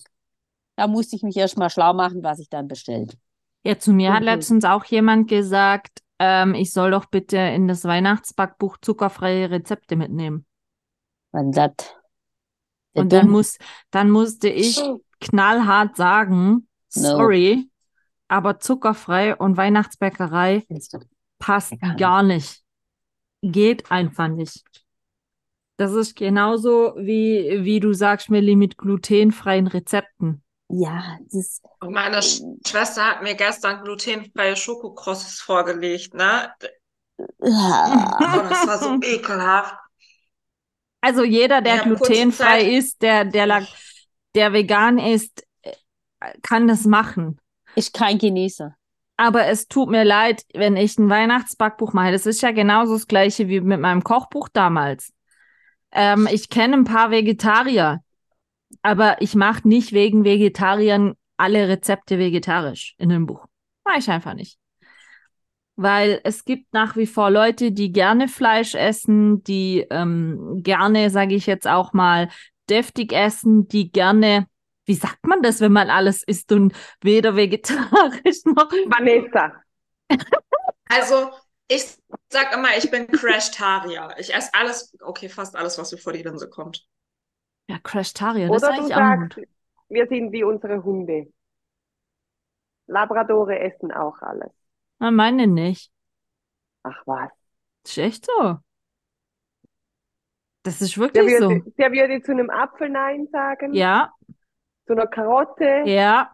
Speaker 2: da musste ich mich erstmal schlau machen, was ich dann bestellt.
Speaker 1: Ja, zu mir hat
Speaker 3: Mhm.
Speaker 1: letztens auch jemand gesagt, ähm, ich soll doch bitte in das Weihnachtsbackbuch zuckerfreie Rezepte mitnehmen.
Speaker 2: Und das.
Speaker 1: Und dann muss, dann musste ich knallhart sagen,
Speaker 2: No.
Speaker 1: sorry, aber zuckerfrei und Weihnachtsbäckerei passt
Speaker 2: Egal.
Speaker 1: gar nicht. Geht einfach nicht. Das ist genauso wie, wie du sagst, Millie, mit glutenfreien Rezepten.
Speaker 2: Ja, das.
Speaker 4: Und meine Sch Schwester hat mir gestern glutenfreie Schokokrosses vorgelegt, ne?
Speaker 2: äh,
Speaker 4: Oh, das war so ekelhaft.
Speaker 1: Also jeder, der
Speaker 4: Ja, kurze
Speaker 1: glutenfrei
Speaker 4: Zeit-
Speaker 1: ist, der, der, lag- der vegan ist, äh, kann das machen.
Speaker 2: Ist kein Genießer.
Speaker 1: Aber es tut mir leid, wenn ich ein Weihnachtsbackbuch mache. Das ist ja genauso das gleiche wie mit meinem Kochbuch damals. Ähm, ich kenne ein paar Vegetarier, aber ich mache nicht wegen Vegetariern alle Rezepte vegetarisch in dem Buch. Mach ich einfach nicht. Weil es gibt nach wie vor Leute, die gerne Fleisch essen, die ähm, gerne, sage ich jetzt auch mal, deftig essen, die gerne, wie sagt man das, wenn man alles isst und weder vegetarisch noch
Speaker 3: Vanessa.
Speaker 4: Also, ich sag immer, ich bin Crashtarier. Ich esse alles, okay, fast alles, was mir vor die Linse kommt.
Speaker 1: Ja, Crashtarier, das
Speaker 3: Oder
Speaker 1: sag
Speaker 3: du
Speaker 1: ich auch noch
Speaker 3: sagst,
Speaker 1: gut.
Speaker 3: wir sind wie unsere Hunde. Labradore essen auch alles.
Speaker 1: Na, meine nicht.
Speaker 3: Ach was.
Speaker 1: Ist echt so. Das ist
Speaker 3: Der
Speaker 1: wirklich so.
Speaker 3: würde, der würde zu einem Apfel Nein sagen,
Speaker 1: Ja,
Speaker 3: zu einer Karotte.
Speaker 1: ja.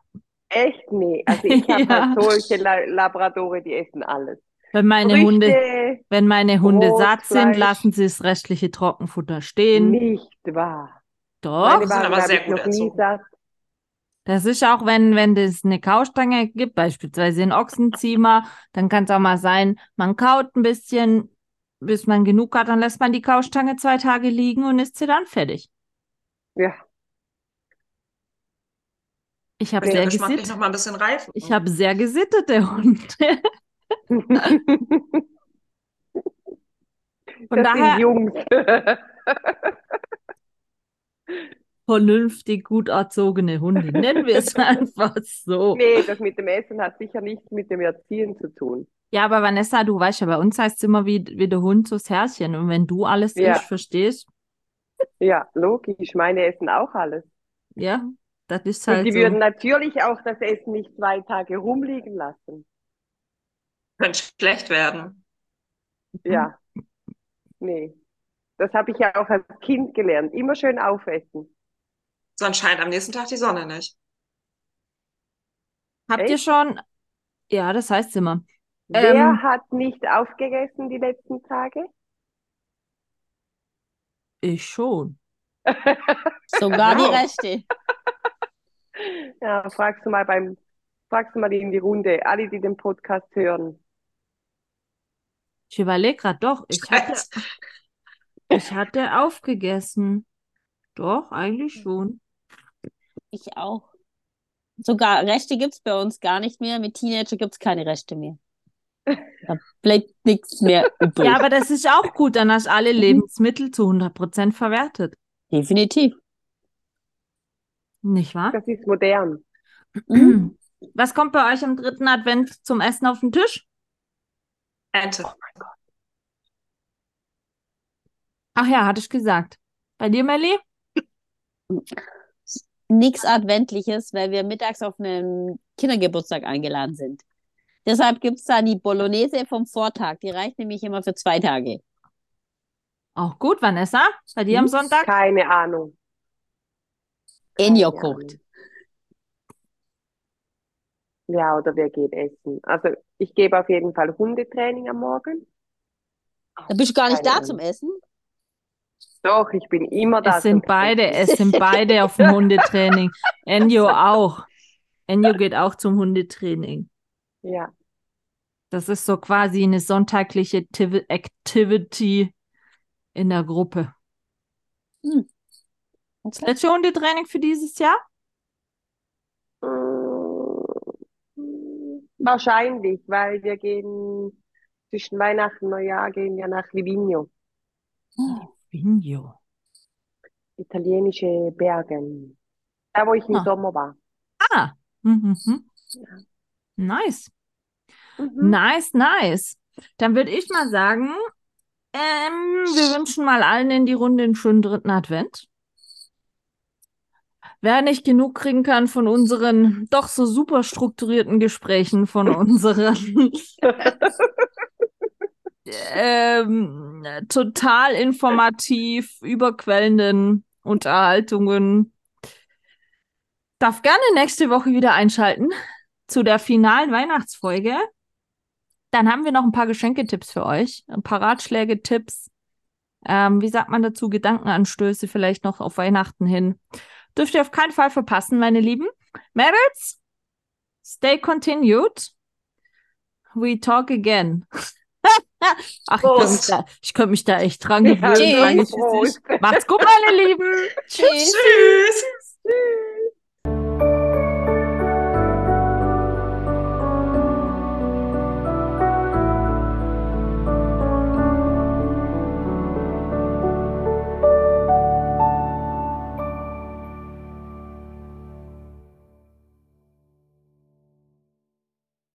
Speaker 3: Echt? Nee. Also ich habe
Speaker 1: Ja.
Speaker 3: halt solche La Labradore, die essen alles.
Speaker 1: Wenn meine Hunde,
Speaker 3: Früchte,
Speaker 1: wenn meine Hunde
Speaker 3: Brot,
Speaker 1: satt sind,
Speaker 3: Fleisch.
Speaker 1: lassen sie das restliche Trockenfutter stehen.
Speaker 3: nicht wahr.
Speaker 1: Doch.
Speaker 3: Meine
Speaker 4: sind
Speaker 3: waren,
Speaker 4: aber
Speaker 3: glaub
Speaker 4: sehr
Speaker 3: ich,
Speaker 4: gut
Speaker 3: noch nie
Speaker 4: erzogen.
Speaker 3: satt.
Speaker 1: Das ist auch, wenn, wenn es eine Kaustange gibt, beispielsweise ein Ochsenziemer, dann kann es auch mal sein, man kaut ein bisschen, bis man genug hat, dann lässt man die Kaustange zwei Tage liegen und isst sie dann fertig.
Speaker 3: Ja.
Speaker 1: Ich habe
Speaker 4: Lässt
Speaker 1: sehr
Speaker 4: den Geschmack nicht
Speaker 1: gesittet.
Speaker 4: noch mal ein bisschen reifen.
Speaker 1: Ich habe sehr gesittete Hunde. Von
Speaker 3: das
Speaker 1: daher
Speaker 3: sind Jungs.
Speaker 1: vernünftig gut erzogene Hunde. Nennen wir es einfach so.
Speaker 3: Nee, das mit dem Essen hat sicher nichts mit dem Erziehen zu tun.
Speaker 1: Ja, aber Vanessa, du weißt ja, bei uns heißt es immer wie, wie der Hund so das Herrchen. Und wenn du alles
Speaker 3: Ja.
Speaker 1: isst, verstehst,
Speaker 3: Ja, logisch. Meine essen auch alles.
Speaker 1: ja, das ist
Speaker 3: Und
Speaker 1: halt
Speaker 3: die
Speaker 1: so.
Speaker 3: würden natürlich auch das Essen nicht zwei Tage rumliegen lassen.
Speaker 4: Könnte schlecht werden.
Speaker 1: Mhm.
Speaker 3: Ja. Nee. Das habe ich ja auch als Kind gelernt. Immer schön aufessen.
Speaker 4: Sonst scheint am nächsten Tag die Sonne nicht.
Speaker 1: Habt ihr
Speaker 3: Echt?
Speaker 1: schon? Ja, das heißt immer. Ähm.
Speaker 3: Wer hat nicht aufgegessen die letzten Tage?
Speaker 1: Ich schon. Genau.
Speaker 2: Sogar die
Speaker 4: Wow.
Speaker 2: Reste.
Speaker 3: Ja, fragst du mal beim, fragst du mal in die Runde, alle, die den Podcast hören.
Speaker 1: Ich überlege gerade, doch, ich hatte, ich hatte aufgegessen. Doch,
Speaker 3: Hm.
Speaker 1: eigentlich schon.
Speaker 2: Ich auch. Sogar Rechte gibt's bei uns gar nicht mehr. Mit Teenager gibt's keine Rechte mehr. Da bleibt nichts mehr übrig.
Speaker 3: Mhm.
Speaker 1: Ja, aber das ist auch gut, dann hast du alle Lebensmittel zu 100% verwertet.
Speaker 2: Definitiv.
Speaker 1: Nicht wahr?
Speaker 3: Das ist modern.
Speaker 1: Was kommt bei euch am dritten Advent zum Essen auf den Tisch?
Speaker 4: Ente.
Speaker 1: Ach ja, hatte ich gesagt. Bei dir, Melli?
Speaker 2: Nichts Adventliches, weil wir mittags auf einen Kindergeburtstag eingeladen sind. Deshalb gibt es da die Bolognese vom Vortag. Die reicht nämlich immer für zwei Tage.
Speaker 1: Auch gut, Vanessa. Bei dir am
Speaker 2: Hm.
Speaker 1: Sonntag?
Speaker 3: Keine Ahnung.
Speaker 2: Enio
Speaker 3: Keine Ahnung.
Speaker 2: kocht.
Speaker 3: Ja, oder wir gehen essen. Also ich gebe auf jeden Fall Hundetraining am Morgen.
Speaker 2: Da bist du gar nicht
Speaker 3: Keine
Speaker 2: da
Speaker 3: Ahnung.
Speaker 2: zum Essen.
Speaker 3: Doch, ich bin immer da.
Speaker 1: Es sind
Speaker 3: zum
Speaker 1: beide,
Speaker 3: Essen.
Speaker 1: es sind beide auf dem Hundetraining. Enjo auch. Enjo geht auch zum Hundetraining.
Speaker 3: Ja,
Speaker 1: Das ist so quasi eine sonntagliche Tiv- Activity in der Gruppe.
Speaker 2: Okay.
Speaker 1: Letzte Hundetraining für dieses Jahr?
Speaker 3: Mm, wahrscheinlich, weil wir gehen zwischen Weihnachten und Neujahr gehen wir nach Livigno,
Speaker 1: Vinjo.
Speaker 3: italienische Bergen. Da, wo ich im
Speaker 1: Ah.
Speaker 3: Sommer war.
Speaker 1: Ah. Mhm. mhm. Nice. Mhm.
Speaker 3: Mhm. Hm.
Speaker 1: Nice, nice. Dann würde ich mal sagen, ähm, wir wünschen mal allen in die Runde einen schönen dritten Advent. Wer nicht genug kriegen kann von unseren doch so super strukturierten Gesprächen, von unseren ähm, total informativ überquellenden Unterhaltungen, darf gerne nächste Woche wieder einschalten zu der finalen Weihnachtsfolge. Dann haben wir noch ein paar Geschenketipps für euch, ein paar Ratschläge, Tipps. Ähm, wie sagt man dazu? Gedankenanstöße vielleicht noch auf Weihnachten hin. Dürft ihr auf keinen Fall verpassen, meine Lieben. Mädels, stay continued. We talk again. Ach, ich könnte mich,
Speaker 4: Prost.
Speaker 1: da- ich könnte mich da echt dran
Speaker 3: Ja,
Speaker 1: gewöhnen.
Speaker 2: tschüss.
Speaker 1: eigentlich.
Speaker 3: Prost.
Speaker 1: Macht's gut, meine Lieben.
Speaker 2: Tschüss.
Speaker 4: Tschüss.
Speaker 3: Tschüss.